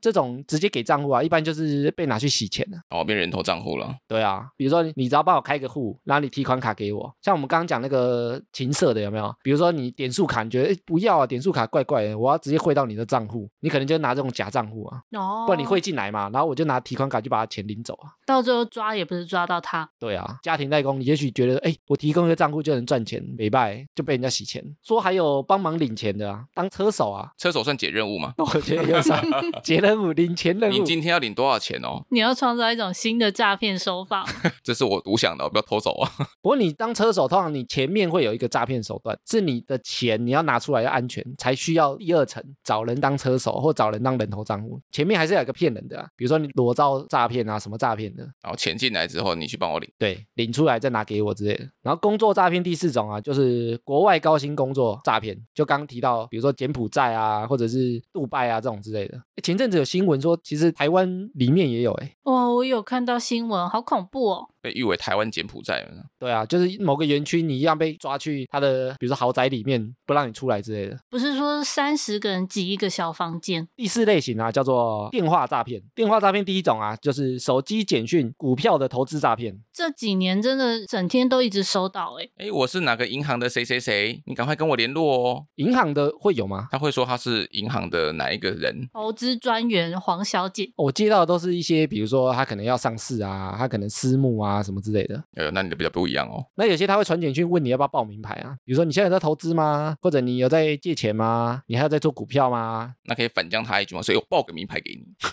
Speaker 1: 这种直接给账户啊，一般就是被拿去洗钱的、
Speaker 2: 哦，变人头账户了。
Speaker 1: 对啊，比如说你你只要帮我开个户，然后你提款卡给我，像我们刚刚讲那个情色的有没有？比如说你点数卡，你觉得诶不要啊，点数卡怪怪的，我要直接汇到你的账户，你可能就拿这种假账户啊，
Speaker 3: 哦，
Speaker 1: 不然你汇进来嘛，然后我就拿提款卡就把他钱领走啊。
Speaker 3: 到最后抓也不是抓到他。
Speaker 1: 对啊，家庭代工，你也许觉得，哎，我提供一个账户就能赚钱，没拜就被人家洗钱。说还有帮忙领钱的啊，当车手啊，
Speaker 2: 车手算解任务吗？
Speaker 1: 我觉得有啥接任务领钱任务
Speaker 2: 你，今天要领多少钱哦？
Speaker 3: 你要创造一种新的诈骗手法，
Speaker 2: 这是我独享的哦，不 要偷走啊！
Speaker 1: 不过你当车手，通常你前面会有一个诈骗手段，是你的钱你要拿出来要安全，才需要第二层找人当车手或找人当人头账户。前面还是有一个骗人的、啊，比如说你裸照诈骗啊，什么诈骗的，
Speaker 2: 然后钱进来之后，你去帮我领。
Speaker 1: 对，领出来再拿给我之类的。然后工作诈骗第四种啊，就是国外高薪工作诈骗，就刚提到，比如说柬埔寨啊，或者是杜拜啊这种之类的。诶前阵子有新闻说，其实台湾里面也有哎、
Speaker 3: 哇，我有看到新闻，好恐怖哦！
Speaker 2: 被誉为台湾柬埔寨，
Speaker 1: 对啊，就是某个园区你一样被抓去他的，比如说豪宅里面不让你出来之类的。
Speaker 3: 不是说三十个人挤一个小房间，
Speaker 1: 第四类型啊，叫做电话诈骗。电话诈骗第一种啊，就是手机简讯、股票的投资诈骗。
Speaker 3: 这几年真的整天都一直收到、欸，
Speaker 2: 哎，我是哪个银行的谁谁谁，你赶快跟我联络哦。
Speaker 1: 银行的会有吗？
Speaker 2: 他会说他是银行的哪一个人，
Speaker 3: 投资专员黄小姐，
Speaker 1: 哦我接到的都是一些，比如说他可能要上市啊，他可能私募啊什么之类的。
Speaker 2: 呃，那你的比较不一样哦。
Speaker 1: 那有些他会传简讯问你要不要报名牌啊，比如说你现在有在投资吗？或者你有在借钱吗？你还有在做股票吗？
Speaker 2: 那可以反将他一句嘛，所以我报个名牌给你。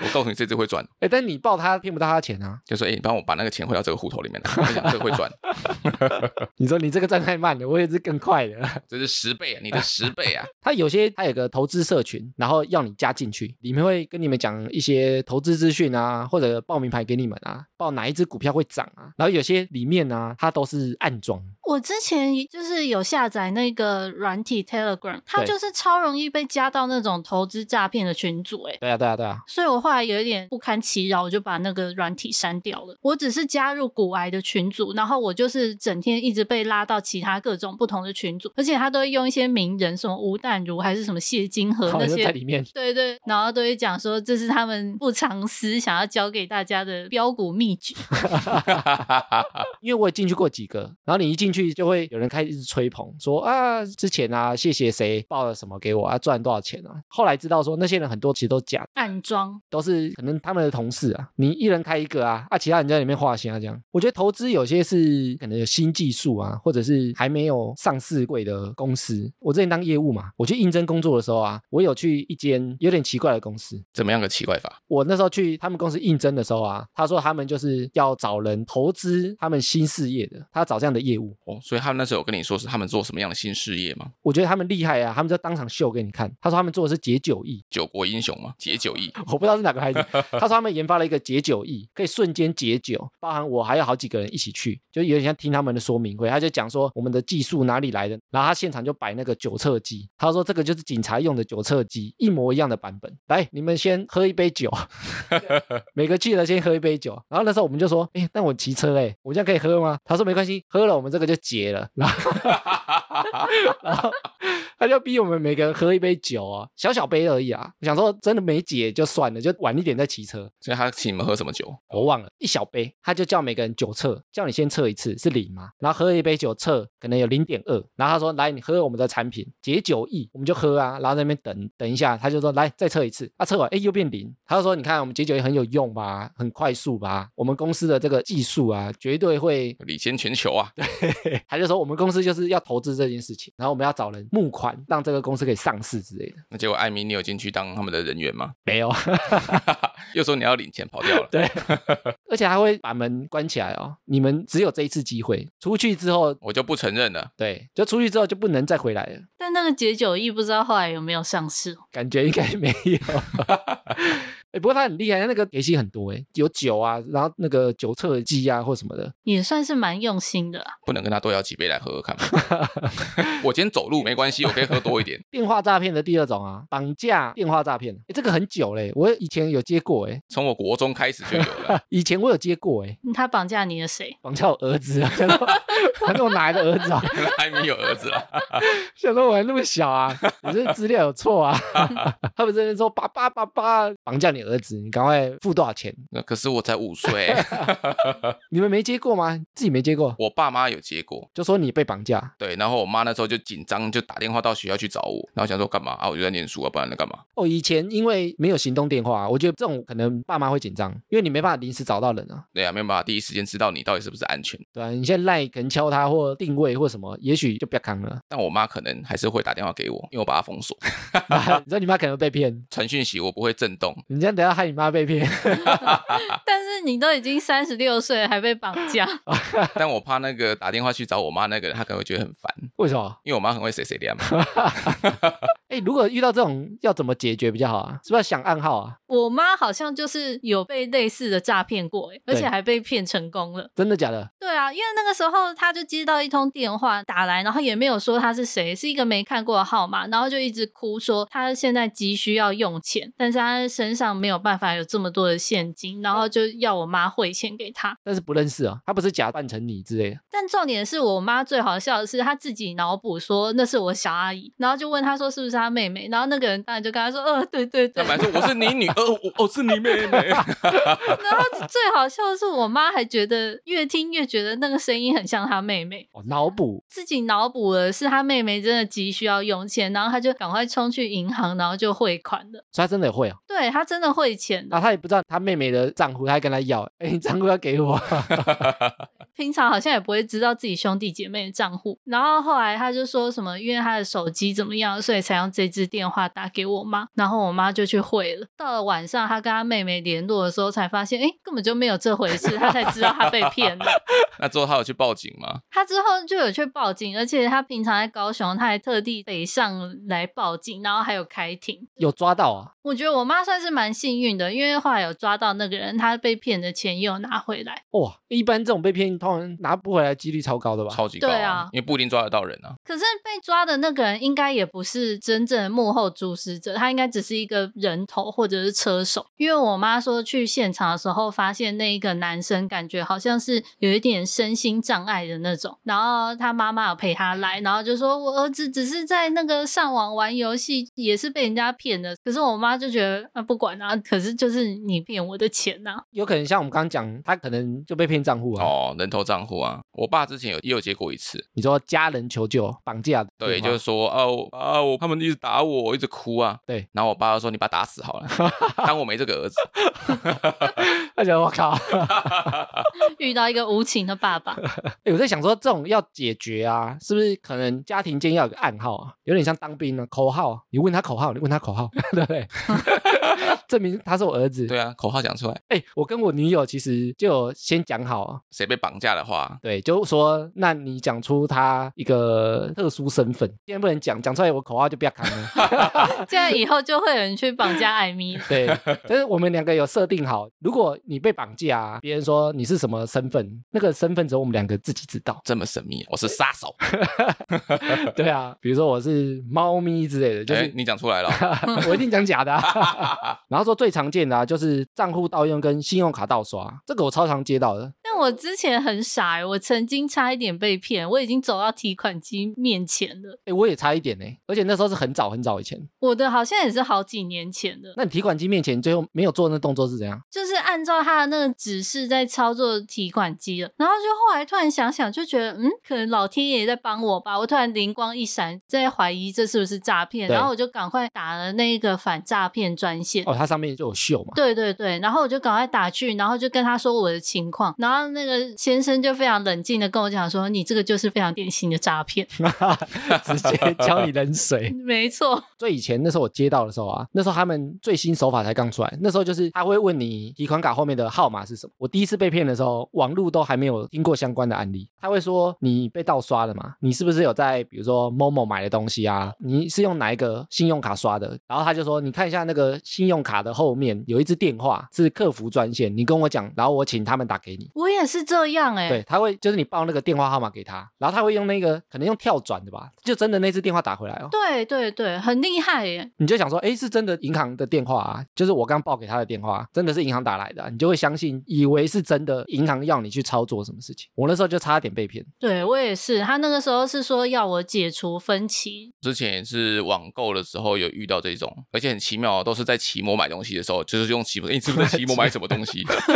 Speaker 2: 我告诉你这只会赚，
Speaker 1: 哎，但你报他骗不到他钱啊！
Speaker 2: 就说哎，诶你帮我把那个钱汇到这个户头里面来，我跟你讲这个会赚，
Speaker 1: 你说你这个站太慢了，我也是更快的。
Speaker 2: 这是十倍啊，你的十倍啊，
Speaker 1: 他有些他有个投资社群，然后要你加进去，里面会跟你们讲一些投资资讯啊，或者报名牌给你们啊，报哪一只股票会涨啊。然后有些里面呢、啊，它都是暗装，
Speaker 3: 我之前就是有下载那个软体 Telegram，它
Speaker 1: 对
Speaker 3: 就是超容易被加到那种投资诈骗的群组、欸，
Speaker 1: 对啊，对啊，对啊，
Speaker 3: 所以我后来有一点不堪其扰，我就把那个软体删掉了。我只是加入骨癌的群组，然后我就是整天一直被拉到其他各种不同的群组，而且他都会用一些名人，什么吴淡如还是什么谢金河
Speaker 1: 然后
Speaker 3: 嗯那
Speaker 1: 就在
Speaker 3: 些。
Speaker 1: 里面。
Speaker 3: 对对，然后都会讲说这是他们不藏私想要教给大家的标股秘诀。
Speaker 1: 因为我也进去过几个，然后你一进去就会有人开始一直吹捧，说啊之前啊谢谢谁报了什么给我啊赚多少钱啊，后来知道说那些人很多其实都假的，
Speaker 3: 暗装
Speaker 1: 都是可能他们的同事啊，你一人开一个啊，啊其他人在里面画虾这样。我觉得投资有些是可能有新技术啊，或者是还没有上市贵的公司。我之前当业务嘛，我去应征工作的时候啊，我有去一间有点奇怪的公司，
Speaker 2: 怎么样个奇怪法？
Speaker 1: 我那时候去他们公司应征的时候啊，他说他们就是要找人投资他们新事业的，他找这样的业务。
Speaker 2: 哦，所以他们那时候有跟你说是他们做什么样的新事业吗？
Speaker 1: 我觉得他们厉害啊，他们就当场秀给你看。他说他们做的是解酒液，
Speaker 2: 九国英雄吗？解酒意，
Speaker 1: 我不知道是哪个牌子。他说他们研发了一个解酒液，可以瞬间解酒，包含我还有好几个人一起去，就有点像听他们的说明会。他就讲说我们的技术哪里来的，然后他现场就摆那个酒测机，他说这个就是警察用的酒测机，一模一样的版本。来，你们先喝一杯酒，每个去了先喝一杯酒。然后那时候我们就说，哎、但我骑车哎、我这样可以喝吗？他说没关系，喝了我们这个就解了。然后然后他就逼我们每个人喝一杯酒啊，小小杯而已啊。我想说真的没解就算了，就晚一点再骑车。
Speaker 2: 所以他请你们喝什么酒？
Speaker 1: 我忘了一小杯，他就叫每个人酒测，叫你先测一次是零嘛，然后喝一杯酒测可能有零点二，然后他说来你喝我们的产品解酒液，我们就喝啊，然后在那边等等一下，他就说来再测一次，啊测完哎又变零，他就说你看我们解酒液很有用吧，很快速吧，我们公司的这个技术啊绝对会
Speaker 2: 领先全球啊！
Speaker 1: 他就说我们公司就是要投资这件事情，然后我们要找人募款，让这个公司可以上市之类的。
Speaker 2: 那结果艾米，你有进去当他们的人员吗？
Speaker 1: 没有，
Speaker 2: 又说你要领钱跑掉了。
Speaker 1: 对，而且还会把门关起来哦。你们只有这一次机会，出去之后，
Speaker 2: 我就不承认了，
Speaker 1: 对，就出去之后就不能再回来了。
Speaker 3: 但那个解酒液不知道后来有没有上市哦，
Speaker 1: 感觉应该没有。哎、不过他很厉害，那个给息很多哎，有酒啊，然后那个酒测机啊或什么的。
Speaker 3: 也算是蛮用心的啦。
Speaker 2: 不能跟他多要几杯来喝喝看吗？我今天走路没关系，我可以喝多一点。
Speaker 1: 电话诈骗的第二种啊，绑架电话诈骗，哎，这个很久嘞，我以前有接过哎，
Speaker 2: 从我国中开始就有了，
Speaker 1: 以前我有接过哎，
Speaker 3: 他绑架你的谁？
Speaker 1: 绑架我儿子啊， 想说想说我哪来的儿子啊？
Speaker 2: 艾米有儿子了。
Speaker 1: 想说我还那么小啊，你这资料有错啊！他们这边说爸爸爸爸绑架你儿子，你赶快付多少钱？
Speaker 2: 那可是我才五岁，
Speaker 1: 你们没接过吗？自己没接过，
Speaker 2: 我爸妈有结果。
Speaker 1: 就说你被绑架。
Speaker 2: 对，然后我妈那时候就紧张，就打电话到学校去找我，然后想说干嘛啊？我就在念书啊，不然能干嘛？
Speaker 1: 哦，以前因为没有行动电话啊，我觉得这种可能爸妈会紧张，因为你没办法临时找到人啊。
Speaker 2: 对啊，没有办法第一时间知道你到底是不是安全。
Speaker 1: 对啊，你现在赖可能敲他或定位或什么，也许就不要扛了。
Speaker 2: 但我妈可能还是会打电话给我，因为我把她封锁，
Speaker 1: 你知道你妈可能被骗，
Speaker 2: 传讯息我不会震动。
Speaker 1: 你这样等下害你妈被骗。
Speaker 3: 但是你都已经三十六岁了还被绑架，
Speaker 2: 但我怕那个打电话去找我妈那个人，她可能会觉得很烦，
Speaker 1: 为什么？
Speaker 2: 因为我妈很会谁谁恋嘛。
Speaker 1: 哎，如果遇到这种要怎么解决比较好啊？是不是要想暗号啊？
Speaker 3: 我妈好像就是有被类似的诈骗过，欸而且
Speaker 1: 对
Speaker 3: 还被骗成功了。
Speaker 1: 真的假的？
Speaker 3: 对啊，因为那个时候她就接到一通电话打来，然后也没有说她是谁，是一个没看过的号码，然后就一直哭说她现在急需要用钱，但是她身上没有办法有这么多的现金，然后就要我妈汇钱给她。
Speaker 1: 但是不认识啊，他不是假扮成你之类的。
Speaker 3: 但重点是我妈最好笑的是，她自己脑补说那是我小阿姨，然后就问她说是不是她妹妹，然后那个人当然就跟她说，呃，对对对
Speaker 2: 她。本来说我是你女，儿，我我是你妹妹。
Speaker 3: 然后最好笑的是，我妈还觉得越听越觉得那个声音很像她妹妹，
Speaker 1: 哦，脑补
Speaker 3: 自己脑补了是她妹妹真的急需要用钱，然后她就赶快冲去银行，然后就汇款了。
Speaker 1: 所以他真的也会啊，
Speaker 3: 对她真的汇钱
Speaker 1: 然
Speaker 3: 的，
Speaker 1: 后他也不知道他妹妹的账户，他还跟他要，哎，你账户要给我，
Speaker 3: 平常好像也不会知道自己兄弟姐妹的账户。然后后来他就说什么，因为他的手机怎么样，所以才用这支电话打给我妈。然后我妈就去汇了。到了晚上，他跟他妹妹联络的时候，才发现，哎，根本就没有这回事，他才知道他被骗了。
Speaker 2: 那之后他有去报警吗？
Speaker 3: 他之后就有去报警，而且他平常在高雄，他还特地北上来报警，然后还有开庭。
Speaker 1: 有抓到啊？
Speaker 3: 我觉得我妈算是蛮幸运的，因为后来有抓到那个人，他被骗的钱也有拿回来。
Speaker 1: 哇，一般这种被骗，通常拿不回来的几率超高的吧？
Speaker 2: 超级高
Speaker 3: 对啊
Speaker 2: 因为不一定抓得到人啊。
Speaker 3: 可是被抓的那个人应该也不是真正的幕后主使者，他应该只是一个人头或者是车手。因为我妈说去现场的时候，发现那一个男生感觉好像是有一点身心障碍的那种，然后他妈妈有陪他来，然后就说我儿子只是在那个上网玩游戏，也是被人家骗的。可是我妈就觉得啊不管啊，可是就是你骗我的钱啊呐、
Speaker 1: 有可能像我们刚刚讲，他可能就被骗账户啊。
Speaker 2: 哦，人头账户啊，我爸之前有也有接过一次，
Speaker 1: 你说家人求救、绑架的
Speaker 2: 对，
Speaker 1: 电话，
Speaker 2: 就是说啊我啊我他们一直打我，我一直哭啊，
Speaker 1: 对，
Speaker 2: 然后我爸就说你把他打死 好了，当我没这个儿子，
Speaker 1: 而且我靠，
Speaker 3: 遇到一个无情的爸爸，
Speaker 1: 欸我在想说这种要解决啊，是不是可能家庭间要有个暗号啊，有点像当兵啊，口号啊，你问他口号，你问他口号， 对不对？证明他是我儿子。
Speaker 2: 对啊，口号讲出来，
Speaker 1: 哎、我跟我女友其实就有先讲好啊，
Speaker 2: 谁被绑架的话，
Speaker 1: 对，就说那你讲出他一个特殊身份，现在不能讲，讲出来我口号就不要扛了。
Speaker 3: 这样以后就会有人去绑架艾米了。
Speaker 1: 对，但是我们两个有设定好，如果你被绑架、啊，别人说你是什么身份，那个身份只有我们两个自己知道。
Speaker 2: 这么神秘，啊我是杀 手，
Speaker 1: 对啊，比如说我是猫咪之类的，就
Speaker 2: 哎、
Speaker 1: 是、
Speaker 2: 你讲出来了哦，
Speaker 1: 我一定讲假的、啊。然后说最常见的啊，就是账户盗用跟信用卡盗刷，这个我超常接到的。
Speaker 3: 但我之前很傻、欸，我曾经差一点被骗，我已经走到提款机面前了。
Speaker 1: 哎，我也差一点呢、而且那时候是很早很早以前。
Speaker 3: 我的好像也是好几年前的，
Speaker 1: 那你提款机面前，你最后没有做那动作是怎样？
Speaker 3: 就是按照他的那个指示在操作提款机了。然后就后来突然想想，就觉得嗯，可能老天爷在帮我吧。我突然灵光一闪，在怀疑这是不是诈骗，
Speaker 1: 对
Speaker 3: 然后我就赶快打了那个反诈骗专线。
Speaker 1: 哦，它上面就有秀嘛。
Speaker 3: 对对对，然后我就赶快打去，然后就跟他说我的情况，然后那个先生就非常冷静的跟我讲说，你这个就是非常典型的诈骗，
Speaker 1: 直接浇你冷水。
Speaker 3: 没错，
Speaker 1: 所以以前那时候我接到的时候啊，那时候他们最新手法才刚出来，那时候就是他会问你提款卡后面的号码是什么。我第一次被骗的时候，网络都还没有听过相关的案例，他会说你被盗刷了嘛？你是不是有在比如说某某买的东西啊？你是用哪一个信用卡刷的？然后他就说你看一下那个信用卡的后面有一支电话是客服专线，你跟我讲，然后我请他们打给你。
Speaker 3: 我也是这样哎、
Speaker 1: 对，他会就是你报那个电话号码给他，然后他会用那个可能用跳转的吧，就真的那支电话打回来哦。
Speaker 3: 对对对，很厉害耶！
Speaker 1: 你就想说，哎，是真的银行的电话啊，就是我刚报给他的电话，真的是银行打来的啊、你就会相信，以为是真的银行要你去操作什么事情。我那时候就差点被骗，
Speaker 3: 对我也是，他那个时候是说要我解除分歧，
Speaker 2: 之前也是网购的时候有遇到这种，而且很奇妙哦，都是在奇摩买东西的时候，就是用奇摩，诶你是不是在奇摩买什么东西？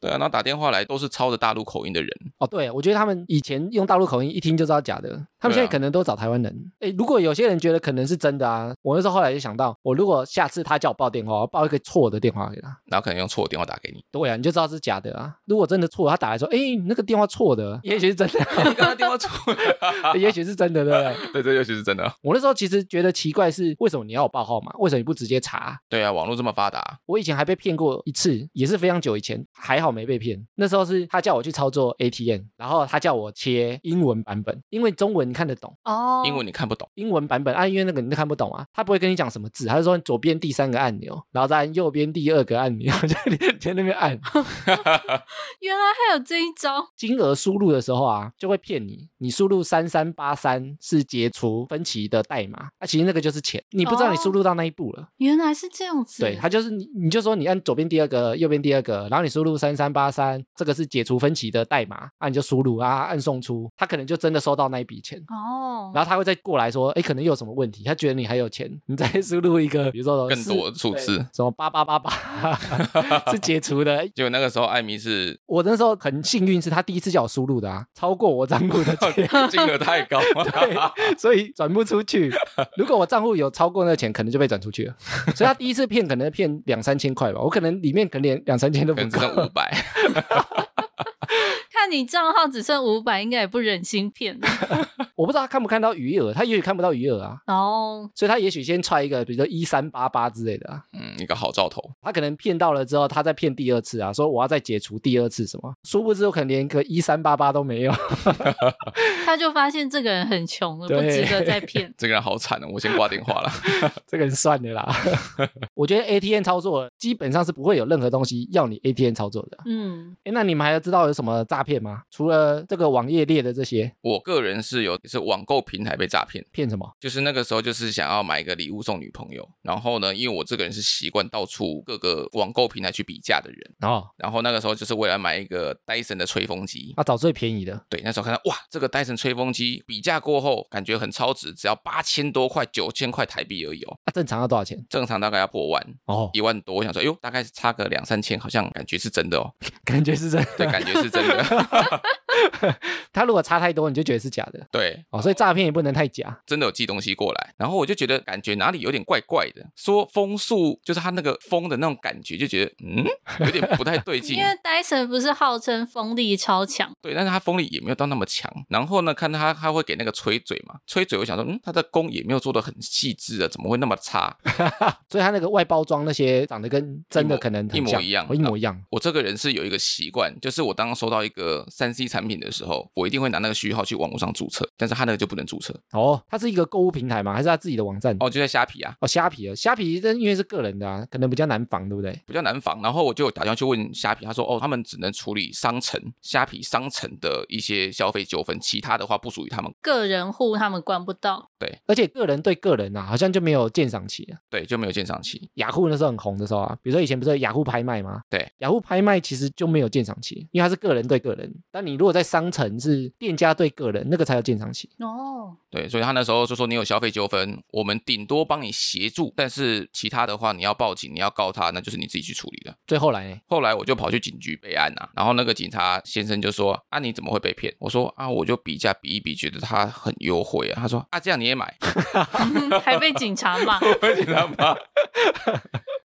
Speaker 2: 对啊，然后打电话来都是操着大陆口音的人，
Speaker 1: 哦，对，我觉得他们以前用大陆口音一听就知道假的，他们
Speaker 2: 对
Speaker 1: 现在
Speaker 2: 啊
Speaker 1: 可能都找台湾人。哎、如果有些人觉得可能是真的啊，我那时候后来就想到，我如果下次他叫我报电话，我报一个错的电话给他。
Speaker 2: 然后可能用错电话打给你，
Speaker 1: 对啊，你就知道是假的啊。如果真的错，他打来说，哎，你那个电话错的，也许是真
Speaker 2: 你
Speaker 1: 的，啊
Speaker 2: 刚刚电话错了，
Speaker 1: 也许是真的，对不对？
Speaker 2: 对，这尤其是真的。
Speaker 1: 我那时候其实觉得奇怪是，为什么你要我报号码？为什么你不直接查？
Speaker 2: 对啊，网络这么发达，
Speaker 1: 我以前还被骗过一次，也是非常久以前，还好没被骗。那时候是他叫我去操作 ATM，然后他叫我切英文版本，因为中文看得懂，
Speaker 3: 哦，
Speaker 2: 英文你看不懂，
Speaker 1: 英文版本啊，因为那个你都看不懂啊，他不会跟你讲什么字，他就说左边第三个按钮，然后再按右边第二个按钮， 就你在那边按。
Speaker 3: 原来还有这一招，
Speaker 1: 金额输入的时候啊，就会骗你，你输入三三八三是解除分歧的代码，啊，其实那个就是钱，你不知道你输入到那一步了。
Speaker 3: 原来是这样子，
Speaker 1: 对，它就是你，你就说你按左边第二个，右边第二个，然后你输入三三八三，这个是解除分歧的代码，啊，你就输入啊，按送出，他可能就真的收到那一笔钱。
Speaker 3: 哦，
Speaker 1: 然后他会再过来说，哎，可能又有什么问题？他觉得你还有钱，你再 输入一个，比如说
Speaker 2: 更
Speaker 1: 是
Speaker 2: 多的数字。
Speaker 1: 什么八八 八八是解除的。
Speaker 2: 结果那个时候艾米是
Speaker 1: 我那时候很幸运，是他第一次叫我输入的啊，超过我账户的
Speaker 2: 哦
Speaker 1: 钱，
Speaker 2: 金额太高，
Speaker 1: 对， 所以转不出去。如果我账户有超过那个钱，可能就被转出去了。所以他第一次骗可能骗两三千块吧，我可能里面可能连两三千都不
Speaker 2: 可能只
Speaker 1: 够。
Speaker 2: 剩五百。
Speaker 3: 看你账号只剩五百，应该也不忍心骗了。
Speaker 1: 我不知道他看不看到余额，他也许看不到余额啊，
Speaker 3: 然后
Speaker 1: 所以他也许先踹一个，比如说一三八八之类的、啊，
Speaker 2: 嗯，一个好兆头。。
Speaker 1: 他可能骗到了之后，他再骗第二次啊，说我要再解除第二次什么，殊不知我可能连个一三八八都没有。
Speaker 3: 他就发现这个人很穷了，不值得再骗
Speaker 2: 这个人好惨哦，我先挂电话了。
Speaker 1: 这个人算的啦。我觉得 ATM 操作基本上是不会有任何东西要你 ATM 操作的。
Speaker 3: 嗯，
Speaker 1: 哎，那你们还要知道有什么诈骗吗？除了这个网页列的这些，
Speaker 2: 我个人是有是网购平台被诈骗，
Speaker 1: 骗什么？
Speaker 2: 就是那个时候就是想要买一个礼物送女朋友，然后呢，因为我这个人是习惯到处各个网购平台去比价的人，
Speaker 1: 哦，
Speaker 2: 然后那个时候就是为了买一个 Dyson 的吹风机。
Speaker 1: 啊，找最便宜的。
Speaker 2: 对，那时候看到哇，这个 Dyson 吹风机比价过后感觉很超值，只要八千多块、九千块台币而已哦，
Speaker 1: 啊，正常要多少钱？
Speaker 2: 正常大概要破万，
Speaker 1: 哦，
Speaker 2: 一万多。我想说，哎呦，大概是差个两三千，好像感觉是真的哦。
Speaker 1: 感觉是真的。
Speaker 2: 对，感觉是真 的。
Speaker 1: 他如果差太多，你就觉得是假的。
Speaker 2: 对，
Speaker 1: 哦，所以诈骗也不能太假。
Speaker 2: 真的有寄东西过来，然后我就觉得感觉哪里有点怪怪的，说风速就是它那个风的那种感觉，就觉得嗯有点不太对劲
Speaker 3: 因。为 Dyson 不是号称风力超强，
Speaker 2: 对，但是它风力也没有到那么强。然后呢，看它它会给那个吹嘴嘛，吹嘴我想说，嗯，它的工也没有做的很细致啊，怎么会那么差？
Speaker 1: 所以他那个外包装那些长得跟真的可能很
Speaker 2: 一模
Speaker 1: 像
Speaker 2: 一样
Speaker 1: 哦一模一样。
Speaker 2: 我这个人是有一个习惯，就是我当收到一个三 C 产品的时候，我一定会拿那个序号去网络上注册，但是它那个就不能注册
Speaker 1: 哦，它是一个购物平台吗？还是他自己的网站？
Speaker 2: 哦，就在虾皮啊。
Speaker 1: 哦，虾皮啊，虾皮这因为是个人的啊，可能比较难防，对不对？
Speaker 2: 比较难防，然后我就打电话去问虾皮，他说哦，他们只能处理商城、虾皮商城的一些消费纠纷，其他的话不属于他们。
Speaker 3: 个人户他们管不到。
Speaker 1: 而且个人对个人啊，好像就没有鉴赏期啊。
Speaker 2: 对，就没有鉴赏期。
Speaker 1: 雅虎那时候很红的时候啊，比如说以前不是有雅虎拍卖吗？
Speaker 2: 对，
Speaker 1: 雅虎拍卖其实就没有鉴赏期，因为它是个人对个人。但你如果在商城是店家对个人，那个才有鉴赏期。
Speaker 3: 哦，
Speaker 2: 对，所以他那时候就说你有消费纠纷，我们顶多帮你协助，但是其他的话你要报警，你要告他，那就是你自己去处理的。
Speaker 1: 最后来呢，
Speaker 2: 后来我就跑去警局备案啊，然后那个警察先生就说啊你怎么会被骗？我说啊我就比价比一比，觉得他很优惠啊。他说啊这样你也买，
Speaker 3: 还被警察 骂。
Speaker 2: 你知道吗？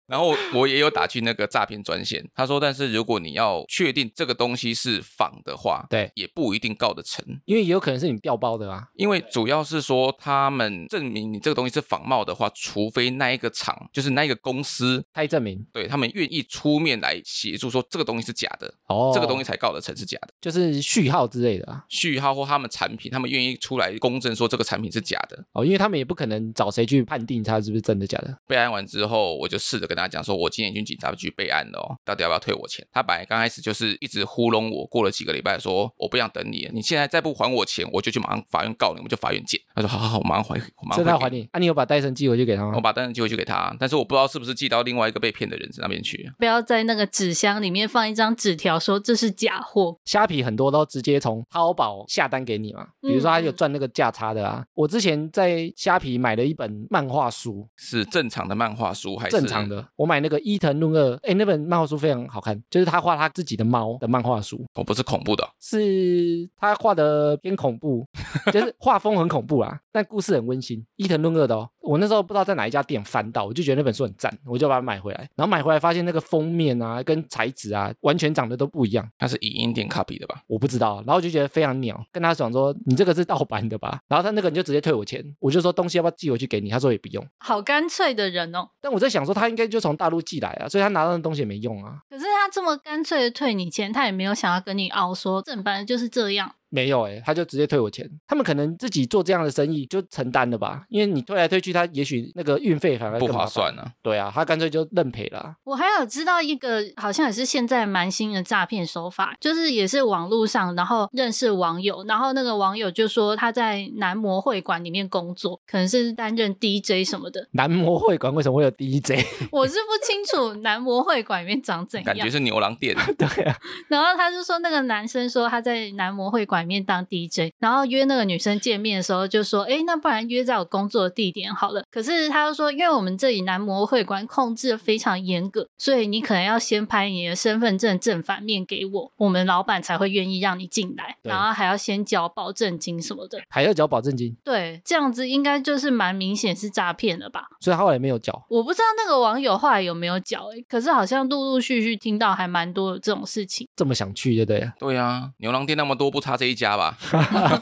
Speaker 2: 然后我也有打去那个诈骗专线，他说，但是如果你要确定这个东西是仿的话，
Speaker 1: 对
Speaker 2: 也不一定告得成，
Speaker 1: 因为也有可能是你调包的啊。
Speaker 2: 因为主要是说他们证明你这个东西是仿冒的话，除非那一个厂就是那一个公司，
Speaker 1: 开证明
Speaker 2: 对他们愿意出面来协助说这个东西是假的，
Speaker 1: 哦，
Speaker 2: 这个东西才告得成是假的，
Speaker 1: 就是序号之类的啊。
Speaker 2: 序号或他们产品，他们愿意出来公证说这个产品是假的。
Speaker 1: 哦，因为他们也不可能找谁去判定它是不是真的假的。
Speaker 2: 备案完之后，我就试着跟他讲说，我今天已经警察局备案了、哦，到底要不要退我钱？他本来刚开始就是一直糊弄我，过了几个礼拜说我不想等你了，你现在再不还我钱，我就去马上法院告你，我们就法院见。他说好好好，我马上还，我马
Speaker 1: 这
Speaker 2: 上
Speaker 1: 他
Speaker 2: 还
Speaker 1: 还
Speaker 2: 给你。
Speaker 1: 你啊？你有把戴森寄回去给他
Speaker 2: 欸我
Speaker 1: 吗？
Speaker 2: 把单子寄回去给他，啊但是我不知道是不是寄到另外一个被骗的人那边去。啊
Speaker 3: 不要在那个纸箱里面放一张纸条，说这是假货。
Speaker 1: 虾皮很多都直接从淘宝下单给你嘛，比如说他有
Speaker 3: 嗯嗯
Speaker 1: 赚那个价差的啊。我之前在虾皮买了一本漫画书，
Speaker 2: 是正常的漫画书还是
Speaker 1: 正常？的。我买那个伊藤润二，哎，那本漫画书非常好看，就是他画他自己的猫的漫画书，
Speaker 2: 我不是恐怖的哦、
Speaker 1: 是他画的偏恐怖，就是画风很恐怖啊，但故事很温馨。伊藤润二的哦，我那时候不知道在哪一家店翻到，我就觉得那本书很赞，我就把它买回来。然后买回来发现那个封面啊，跟材质啊，完全长得都不一样。
Speaker 2: 它是影音店 copy 的吧？
Speaker 1: 我不知道，啊然后我就觉得非常鸟，跟他讲说你这个是盗版的吧，然后他那个人就直接退我钱，我就说东西要不要寄回去给你，他说也不用，
Speaker 3: 好干脆的人哦。
Speaker 1: 但我在想说他应该就从大陆寄来啊，所以他拿到那东西也没用啊，
Speaker 3: 可是他这么干脆的退你钱，他也没有想要跟你凹说正版就是这样。
Speaker 1: 没有哎、他就直接退我钱，他们可能自己做这样的生意就承担了吧，因为你退来退去，他也许那个运费反而
Speaker 2: 不
Speaker 1: 更麻
Speaker 2: 划
Speaker 1: 烦
Speaker 2: 算，啊！
Speaker 1: 对啊，他干脆就认赔啦、
Speaker 3: 我还有知道一个，好像也是现在蛮新的诈骗手法，就是也是网络上，然后认识网友，然后那个网友就说他在男模会馆里面工作，可能是担任 DJ 什么的，
Speaker 1: 男模会馆为什么会有 DJ？
Speaker 3: 我是不清楚男模会馆里面长怎
Speaker 2: 感
Speaker 3: 样
Speaker 2: 觉。是牛郎店，
Speaker 1: 对啊，
Speaker 3: 然后他就说那个男生说他在男模会馆晚面当 DJ，然后约那个女生见面的时候就说，哎，那不然约在我工作的地点好了。可是他又说，因为我们这里男模会馆控制的非常严格，所以你可能要先拍你的身份证正反面给我，我们老板才会愿意让你进来，
Speaker 1: 对
Speaker 3: 然后还要先交保证金什么的。
Speaker 1: 还要缴保证金，
Speaker 3: 对，这样子应该就是蛮明显是诈骗了吧？
Speaker 1: 所以他后来没有缴。
Speaker 3: 我不知道那个网友后来有没有缴、欸，可是好像陆陆续续听到还蛮多这种事情。
Speaker 1: 这么想去，对不对了？
Speaker 2: 对啊，牛郎店那么多，不差这一家吧？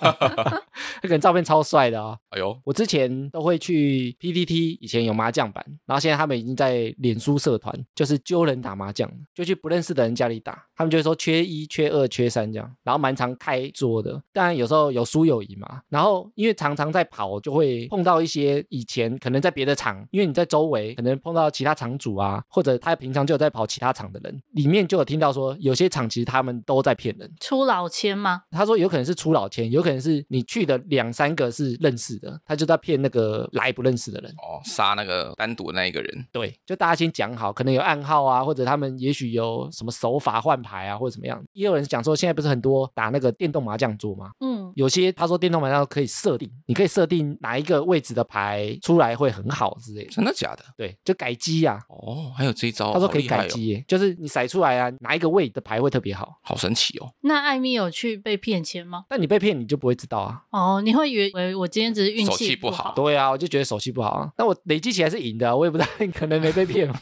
Speaker 1: 他可能照片超帅的啊！
Speaker 2: 哎呦，
Speaker 1: 我之前都会去 PPT，以前有麻将版，然后现在他们已经在脸书社团，就是揪人打麻将，就去不认识的人家里打，他们就会说缺一、缺二、缺三这样，然后蛮常开桌的。当然有时候有输有赢嘛，然后因为常常在跑，就会碰到一些以前可能在别的场，因为你在周围可能碰到其他场主啊，或者他平常就有在跑其他场的人，里面就有听到说有些场其实他们都在骗人。
Speaker 3: 出老千吗？
Speaker 1: 他说有可能是出老千，有可能是你去的两三个是认识的，他就在骗那个来不认识的人。
Speaker 2: 哦，杀那个单独的那一个人，
Speaker 1: 对，就大家先讲好，可能有暗号啊，或者他们也许有什么手法换牌啊，或者怎么样。也有人讲说，现在不是很多打那个电动麻将桌吗？
Speaker 3: 嗯，
Speaker 1: 有些他说电动麻将可以设定，你可以设定哪一个位置的牌出来会很好之类的。
Speaker 2: 真的假的？
Speaker 1: 对，就改机啊。
Speaker 2: 哦，还有这一招，
Speaker 1: 他说
Speaker 2: 好
Speaker 1: 可以
Speaker 2: 厉害
Speaker 1: 改
Speaker 2: 哦，
Speaker 1: 机耶、就是你甩出来啊，哪一个位的牌会特别好。
Speaker 2: 好神奇哦！
Speaker 3: 那艾米有去被骗钱吗？
Speaker 1: 但你被骗，你就不会知道啊。
Speaker 3: 哦，你会以为我今天只是运
Speaker 2: 手气
Speaker 3: 不
Speaker 2: 不好
Speaker 1: 对啊，我就觉得手气不好啊。那我累积起来是赢的啊，我也不知道， 可能没被骗嘛。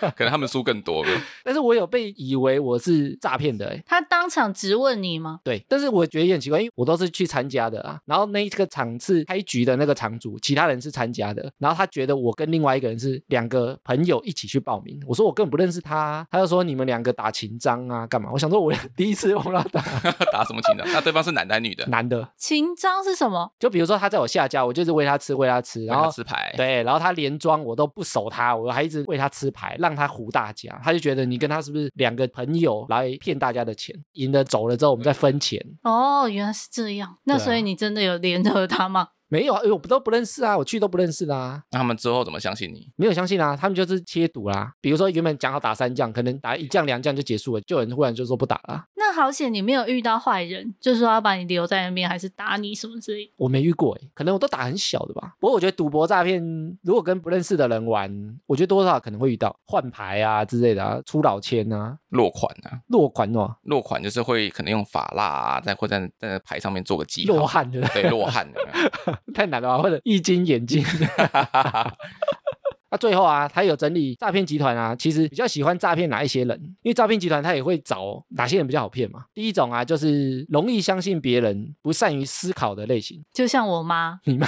Speaker 2: 可能他们输更多吧。
Speaker 1: 但是我有被以为我是诈骗的、欸，
Speaker 3: 他当场质问你吗？
Speaker 1: 对，但是我觉得也很奇怪，因为我都是去参加的啊。然后那一个场次开局的那个场主，其他人是参加的，然后他觉得我跟另外一个人是两个朋友一起去报名。我说我根本不认识他啊，他就说你们两个打情章啊，干嘛？我想说我第一次碰到打
Speaker 2: 打什么情呢？那对方是男的还是女的？
Speaker 1: 男的，
Speaker 3: 情章是什么？
Speaker 1: 就比如说他在我下家，我就是喂他吃，喂他吃，然
Speaker 2: 喂
Speaker 1: 后
Speaker 2: 他吃牌，
Speaker 1: 对，然后他连庄我都不熟他，我还一直喂他吃牌，让他唬大家，他就觉得你跟他是不是两个朋友来骗大家的钱？赢了走了之后，我们再分钱。
Speaker 3: 哦，原来是这样。那
Speaker 1: 对啊
Speaker 3: 所以你真的有联合他吗？
Speaker 1: 没有啊，因为我都不认识啊，我去都不认识啦、
Speaker 2: 那他们之后怎么相信你？
Speaker 1: 没有相信啊，他们就是切赌啦。比如说原本讲好打三将，可能打一将两将就结束了，就有人忽然就说不打啦。
Speaker 3: 那好险你没有遇到坏人，就是说要把你留在那边，还是打你什么之类的。
Speaker 1: 我没遇过、欸，可能我都打很小的吧。不过我觉得赌博诈骗，如果跟不认识的人玩，我觉得多少可能会遇到换牌啊之类的啊，出老千啊，
Speaker 2: 落款啊，
Speaker 1: 落款哦，
Speaker 2: 落款就是会可能用法蜡啊，在或在在那牌上面做个记号。
Speaker 1: 落汉对不
Speaker 2: 对，落汉有没有
Speaker 1: 太难了吧？或者一金 眼镜。那、最后啊，他有整理诈骗集团啊，其实比较喜欢诈骗哪一些人？因为诈骗集团他也会找哪些人比较好骗嘛。第一种啊，就是容易相信别人、不善于思考的类型，
Speaker 3: 就像我妈，
Speaker 1: 你妈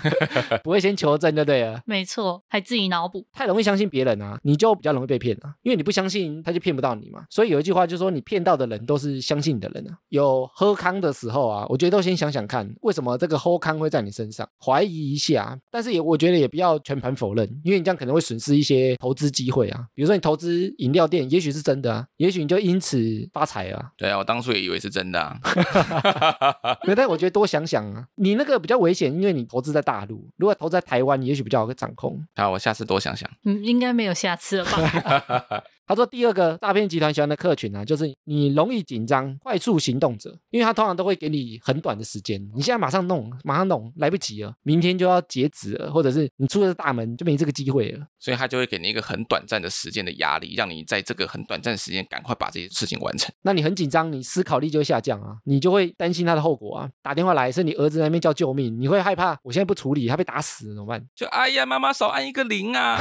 Speaker 1: 不会先求证就对了。
Speaker 3: 没错，还自己脑补。
Speaker 1: 太容易相信别人啊，你就比较容易被骗啊，因为你不相信他就骗不到你嘛。所以有一句话就说，你骗到的人都是相信你的人啊。有喝康的时候啊，我觉得都先想想看，为什么这个喝康会在你身上，怀疑一下。但是也我觉得也不要全盘否认，因为你这样可能会损失一些投资机会啊。比如说你投资饮料店，也许是真的啊，也许你就因此发财啊。
Speaker 2: 对啊，我当初也以为是真的啊。
Speaker 1: 对，但我觉得多想想啊，你那个比较危险，因为你投资在大陆，如果投资在台湾，你也许比较好掌控。
Speaker 2: 好，我下次多想想。
Speaker 3: 嗯，应该没有下次了吧？
Speaker 1: 他说，第二个诈骗集团喜欢的客群啊，就是你容易紧张、快速行动者，因为他通常都会给你很短的时间，你现在马上弄，马上弄，来不及了，明天就要截止了，或者是你出了大门就没这个机会了。
Speaker 2: 所以他就会给你一个很短暂的时间的压力，让你在这个很短暂的时间赶快把这些事情完成。
Speaker 1: 那你很紧张，你思考力就会下降啊，你就会担心他的后果啊。打电话来是你儿子在那边叫救命，你会害怕，我现在不处理他被打死了怎么办？
Speaker 2: 就哎呀，妈妈少按一个 零啊！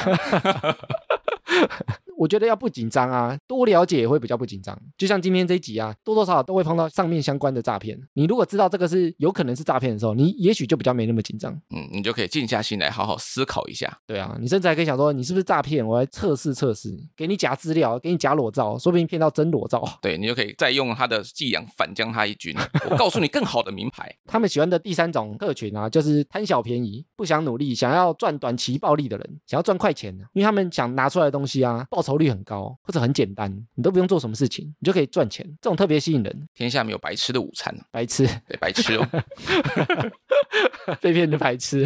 Speaker 1: 我觉得要不紧张啊，多了解也会比较不紧张。就像今天这一集啊，多多少少都会碰到上面相关的诈骗。你如果知道这个是有可能是诈骗的时候，你也许就比较没那么紧张。
Speaker 2: 嗯，你就可以静下心来好好思考一下。
Speaker 1: 对啊，你甚至还可以想说，你是不是诈骗？我来测试测试，给你假资料，给你假裸照，说不定骗到真裸照。
Speaker 2: 对你就可以再用他的伎俩反将他一军。我告诉你更好的名牌，
Speaker 1: 他们喜欢的第三种客群啊，就是贪小便宜、不想努力、想要赚短期暴利的人，想要赚快钱、因为他们想拿出来的东西啊，报酬酬率很高或者很简单，你都不用做什么事情，你就可以赚钱，这种特别吸引人。
Speaker 2: 天下没有白吃的午餐啊，
Speaker 1: 白痴，
Speaker 2: 对，白吃哦。
Speaker 1: 被骗的白痴。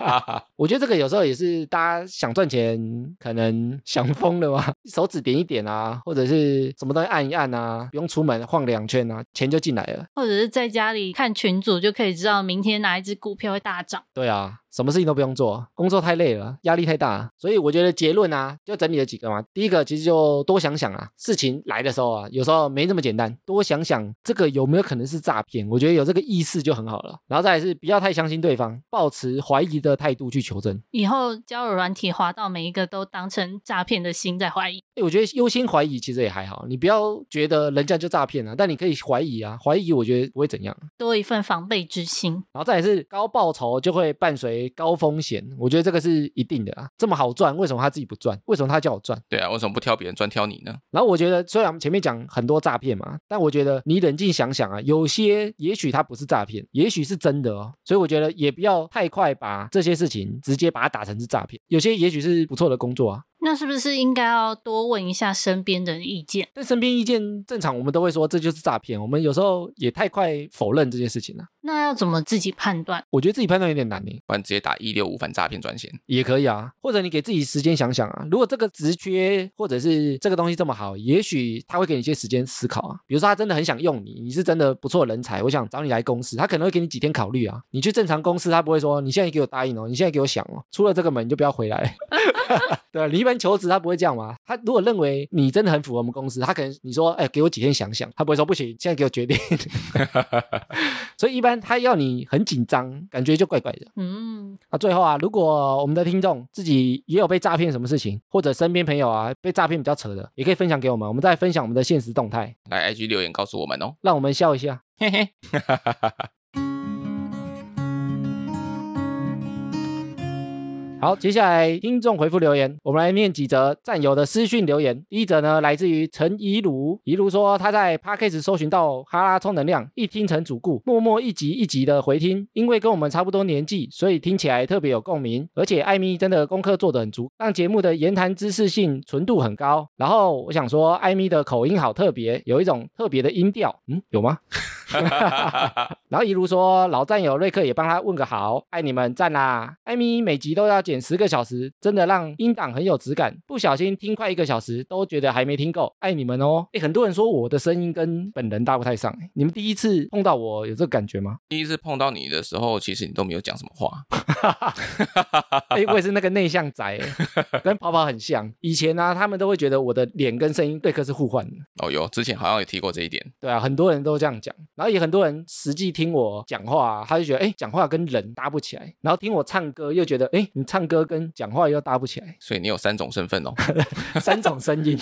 Speaker 1: 我觉得这个有时候也是大家想赚钱，可能想疯了嘛，手指点一点啊，或者是什么东西按一按啊，不用出门晃两圈啊，钱就进来了。
Speaker 3: 或者是在家里看群组就可以知道明天哪一只股票会大涨。
Speaker 1: 对啊，什么事情都不用做，工作太累了，压力太大，所以我觉得结论啊，就整理了几个嘛。第一个其实就多想想啊，事情来的时候啊，有时候没这么简单，多想想这个有没有可能是诈骗，我觉得有这个意识就很好了。然后再来是不要太相信对方，保持怀疑的态度去求证。
Speaker 3: 以后交友软体滑到每一个都当成诈骗的心在怀疑。
Speaker 1: 哎，我觉得优先怀疑其实也还好，你不要觉得人家就诈骗啊，但你可以怀疑啊，怀疑我觉得不会怎样。
Speaker 3: 多一份防备之心。
Speaker 1: 然后再来是高报酬就会伴随高风险，我觉得这个是一定的啊。这么好赚，为什么他自己不赚？为什么他叫我赚？
Speaker 2: 对啊，为什么不挑别人，专挑你呢？
Speaker 1: 然后我觉得，虽然前面讲很多诈骗嘛，但我觉得你冷静想想啊，有些也许它不是诈骗，也许是真的哦。所以我觉得也不要太快把这些事情直接把它打成是诈骗，有些也许是不错的工作啊。
Speaker 3: 那是不是应该要多问一下身边的人意见？
Speaker 1: 但身边意见正常，我们都会说这就是诈骗，我们有时候也太快否认这件事情了、
Speaker 3: 那要怎么自己判断？
Speaker 1: 我觉得自己判断有点难呢。
Speaker 2: 不然直接打一六五反诈骗专线。
Speaker 1: 也可以啊，或者你给自己时间想想啊。如果这个职缺或者是这个东西这么好，也许他会给你一些时间思考啊。比如说他真的很想用你，你是真的不错的人才，我想找你来公司，他可能会给你几天考虑啊。你去正常公司，他不会说你现在给我答应哦，你现在给我想哦，出了这个门你就不要回来。 对啊，你一般求职他不会这样嘛？他如果认为你真的很符合我们公司，他可能你说哎给我几天想想，他不会说不行，现在给我决定。 所以一般他要你很紧张，感觉就怪怪的。
Speaker 3: 嗯，
Speaker 1: 啊，最后啊，如果我们的听众自己也有被诈骗什么事情，或者身边朋友啊被诈骗比较扯的，也可以分享给我们，我们再分享我们的现实动态，
Speaker 2: 来 IG 留言告诉我们哦。
Speaker 1: 让我们笑一下。
Speaker 2: 嘿嘿，
Speaker 1: 好，接下来听众回复留言，我们来念几则战友的私讯留言。第一则呢，来自于陈怡如，怡如说他在 p a c k a g e 搜寻到哈拉充能量，一听成主顾，默默一集一集的回听，因为跟我们差不多年纪，所以听起来特别有共鸣。而且艾米真的功课做得很足，让节目的言谈知识性纯度很高。然后我想说，艾米的口音好特别，有一种特别的音调，嗯，有吗？然后一如说，老战友瑞克也帮他问个好，爱你们赞啦！艾米每集都要剪十个小时，真的让音档很有质感，不小心听快一个小时都觉得还没听够，爱你们哦！诶，很多人说我的声音跟本人搭不太上，诶你们第一次碰到我有这个感觉 吗？
Speaker 2: 第一次碰到你的时候，其实你都没有讲什么话。
Speaker 1: 哎，我也是那个内向宅，诶跟跑跑很像。以前呢、他们都会觉得我的脸跟声音对克是互换的，
Speaker 2: 哦哟，之前好像也提过这一点。
Speaker 1: 对啊，很多人都这样讲，然后也很多人实际听我讲话、啊，他就觉得哎，诶讲话跟人搭不起来，然后听我唱歌又觉得哎，诶你唱歌跟讲话又搭不起来，
Speaker 2: 所以你有三种身份哦。
Speaker 1: 三种声音，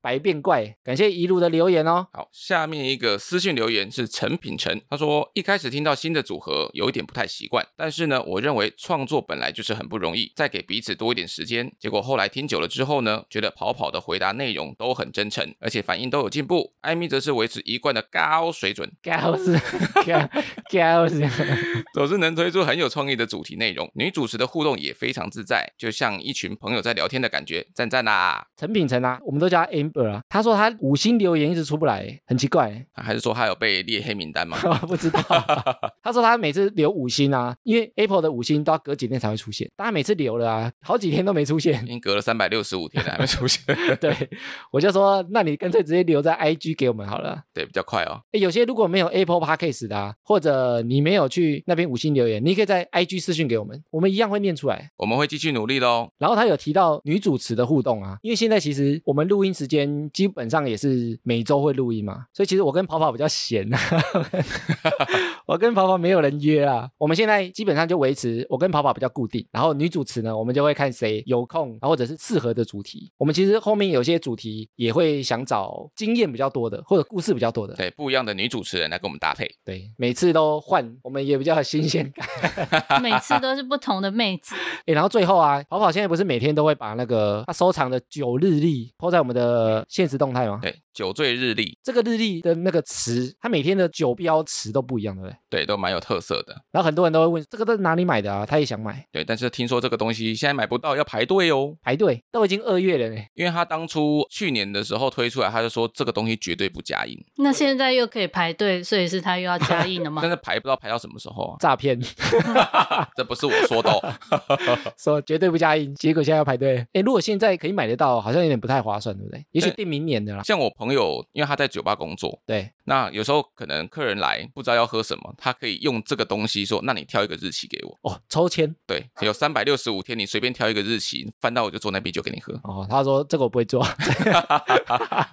Speaker 1: 百变怪。感谢一路的留言哦，
Speaker 2: 好，下面一个私信留言是陈品成，他说一开始听到新的组合有一点不太习惯，但是呢，我认为创作本来就是很不容易，再给彼此多一点时间。结果后来听久了之后呢，觉得跑跑的回答内容都很真诚，而且反应都有进步。艾米则是维持一贯的高水准，
Speaker 1: 高 是高高是，
Speaker 2: 总是能推出很有创意的主题内容。女主持的互动也非常自在，就像一群朋友在聊天的感觉，赞赞啦！
Speaker 1: 陈品成啊，我们都叫他 Amber 啊，他说他五星留言一直出不来，很奇怪。
Speaker 2: 啊还是说他有被列黑名单吗？
Speaker 1: 不知道， 他说他每次留五星啊，因为 Apple 的五星都要隔几天才会出现，但他每次留了啊，好几天都没出现
Speaker 2: 已。经隔了三百六十五天了，还没出现，
Speaker 1: 对，我就说，那你干脆直接留在 IG 给我们好了。
Speaker 2: 对，比较快哦。
Speaker 1: 诶有些如果没有 Apple Podcast 的、啊，或者你没有去那边五星留言，你可以在 IG 私讯给我们，我们一样会念出来。
Speaker 2: 我们会继续努力喽。
Speaker 1: 然后他有提到女主持的互动啊，因为现在其实我们录音时间基本上也是每周会录音嘛，所以其实我跟跑跑比较闲啊， 我跟跑跑没有人约啊。我们现在基本上就维持我跟跑跑比较固定，然后女主持呢，我们就会看谁有空，然后或者是适合的主题。我们其实后面有些主题也会想找经验比较多的，或者故事比较多的，
Speaker 2: 对，不一样的女主持人来跟我们搭配，
Speaker 1: 对，每次都换，我们也比较有新鲜感。
Speaker 3: 每次都是不同的妹子。
Speaker 1: 诶，然后最后啊，跑跑现在不是每天都会把那个他收藏的九日历抛在我们的现实动态吗？
Speaker 2: 对，酒醉日历，
Speaker 1: 这个日历的那个词，它每天的酒标词都不一样，对不对？
Speaker 2: 对，都蛮有特色的。
Speaker 1: 然后很多人都会问，这个在哪里买的啊？他也想买，
Speaker 2: 对，但是听说这个东西现在买不到，要排队哦。
Speaker 1: 排队都已经二月了呢。
Speaker 2: 因为他当初去年的时候推出来，他就说这个东西绝对不加印，
Speaker 3: 那现在又可以排队，所以是他又要加印了吗
Speaker 2: 但？是排不知道排到什么时候
Speaker 1: 诈骗
Speaker 2: 啊，这不是我说的、哦。
Speaker 1: 说绝对不加印，结果现在要排队。哎，如果现在可以买得到，好像有点不太划算，对不对？也许
Speaker 2: 对
Speaker 1: 定明年的啦。
Speaker 2: 像我朋友，因为他在酒吧工作，
Speaker 1: 对，
Speaker 2: 那有时候可能客人来不知道要喝什么，他可以用这个东西说，那你挑一个日期给我。
Speaker 1: 哦，抽签
Speaker 2: 对，有三百六十五天，你随便挑一个日期，翻到我就做那杯酒给你 喝。
Speaker 1: 哦，他说这个我不会做，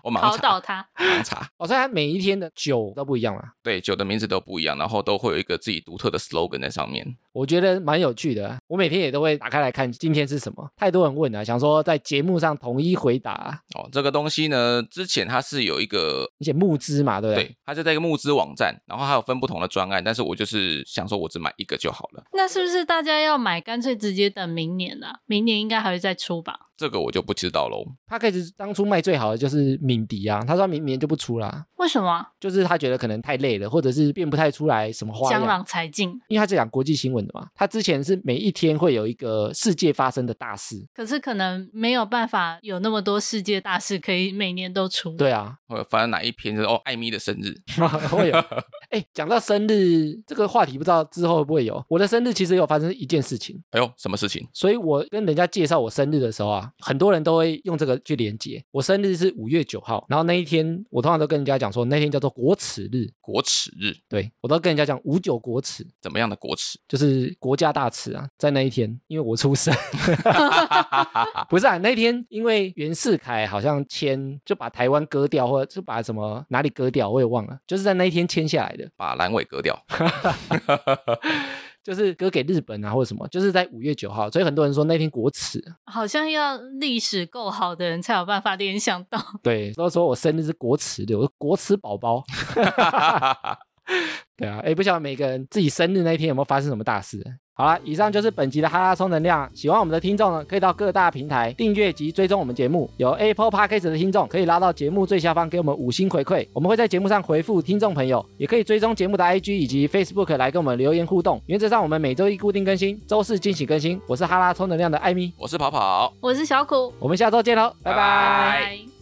Speaker 2: 我马
Speaker 3: 考
Speaker 2: 上查，
Speaker 3: 倒他，
Speaker 2: 马上查。
Speaker 1: 哦，所以他每一天的酒都不一样啦。
Speaker 2: 对，酒的名字都不一样，然后都会有一个自己独特的 slogan 在上面。
Speaker 1: 我觉得蛮有趣的，啊我每天也都会打开来看今天是什么。太多人问了，想说在节目上统一回答，啊
Speaker 2: 哦，这个东西呢，之前它是有一个，
Speaker 1: 而且募资嘛，对不对？
Speaker 2: 对，它是在一个募资网站，然后还有分不同的专案，但是我就是想说，我只买一个就好了，
Speaker 3: 那是不是大家要买，干脆直接等明年啊？明年应该还会再出吧？
Speaker 2: 这个我就不知道喽。
Speaker 1: 他开始当初卖最好的就是敏迪啊，他说他明年就不出啦，
Speaker 3: 为什么啊
Speaker 1: 就是他觉得可能太累了，或者是变不太出来什么花
Speaker 3: 江
Speaker 1: 样。
Speaker 3: 郎才尽？
Speaker 1: 因为他在讲国际新闻的嘛，他之前是每一天会有一个世界发生的大事，
Speaker 3: 可是可能没有办法有那么多世界大事可以每年都出。
Speaker 1: 对啊，
Speaker 2: 或者翻到哪一篇就是哦，艾米的生日，
Speaker 1: 会有。哎、讲到生日这个话题，不知道之后会不会有？我的生日其实有发生一件事情，
Speaker 2: 哎呦，什么事情？
Speaker 1: 所以我跟人家介绍我生日的时候啊，很多人都会用这个去连接。我生日是五月九号，然后那一天我通常都跟人家讲说，那天叫做国耻日。
Speaker 2: 国耻日，
Speaker 1: 对我都跟人家讲五九国耻，
Speaker 2: 怎么样的国耻？
Speaker 1: 就是国家大耻啊，在那一天，因为我出生， 不是啊，那一天因为袁世凯好像签就把台湾割掉，或者就把什么哪里割掉，我也忘了，就是在那一天签下来的，
Speaker 2: 把阑尾割掉，
Speaker 1: 就是割给日本啊或者什么，就是在五月九号，所以很多人说那天国耻，
Speaker 3: 好像要历史够好的人才有办法联想到。
Speaker 1: 对，都说我生日是国耻的，我是国耻宝宝。 对啊，哎，不晓得每个人自己生日那一天有没有发生什么大事。好啦，以上就是本集的哈拉充能量。喜欢我们的听众呢，可以到各大平台订阅及追踪我们节目。有 Apple Podcast 的听众可以拉到节目最下方给我们五星回馈，我们会在节目上回复听众朋友。也可以追踪节目的 IG 以及 Facebook 来跟我们留言互动。原则上我们每周一固定更新，周四惊喜更新。我是哈拉充能量的艾米，
Speaker 2: 我是跑跑，
Speaker 3: 我是小苦，
Speaker 1: 我们下周见喽，拜拜
Speaker 2: 拜
Speaker 3: 拜。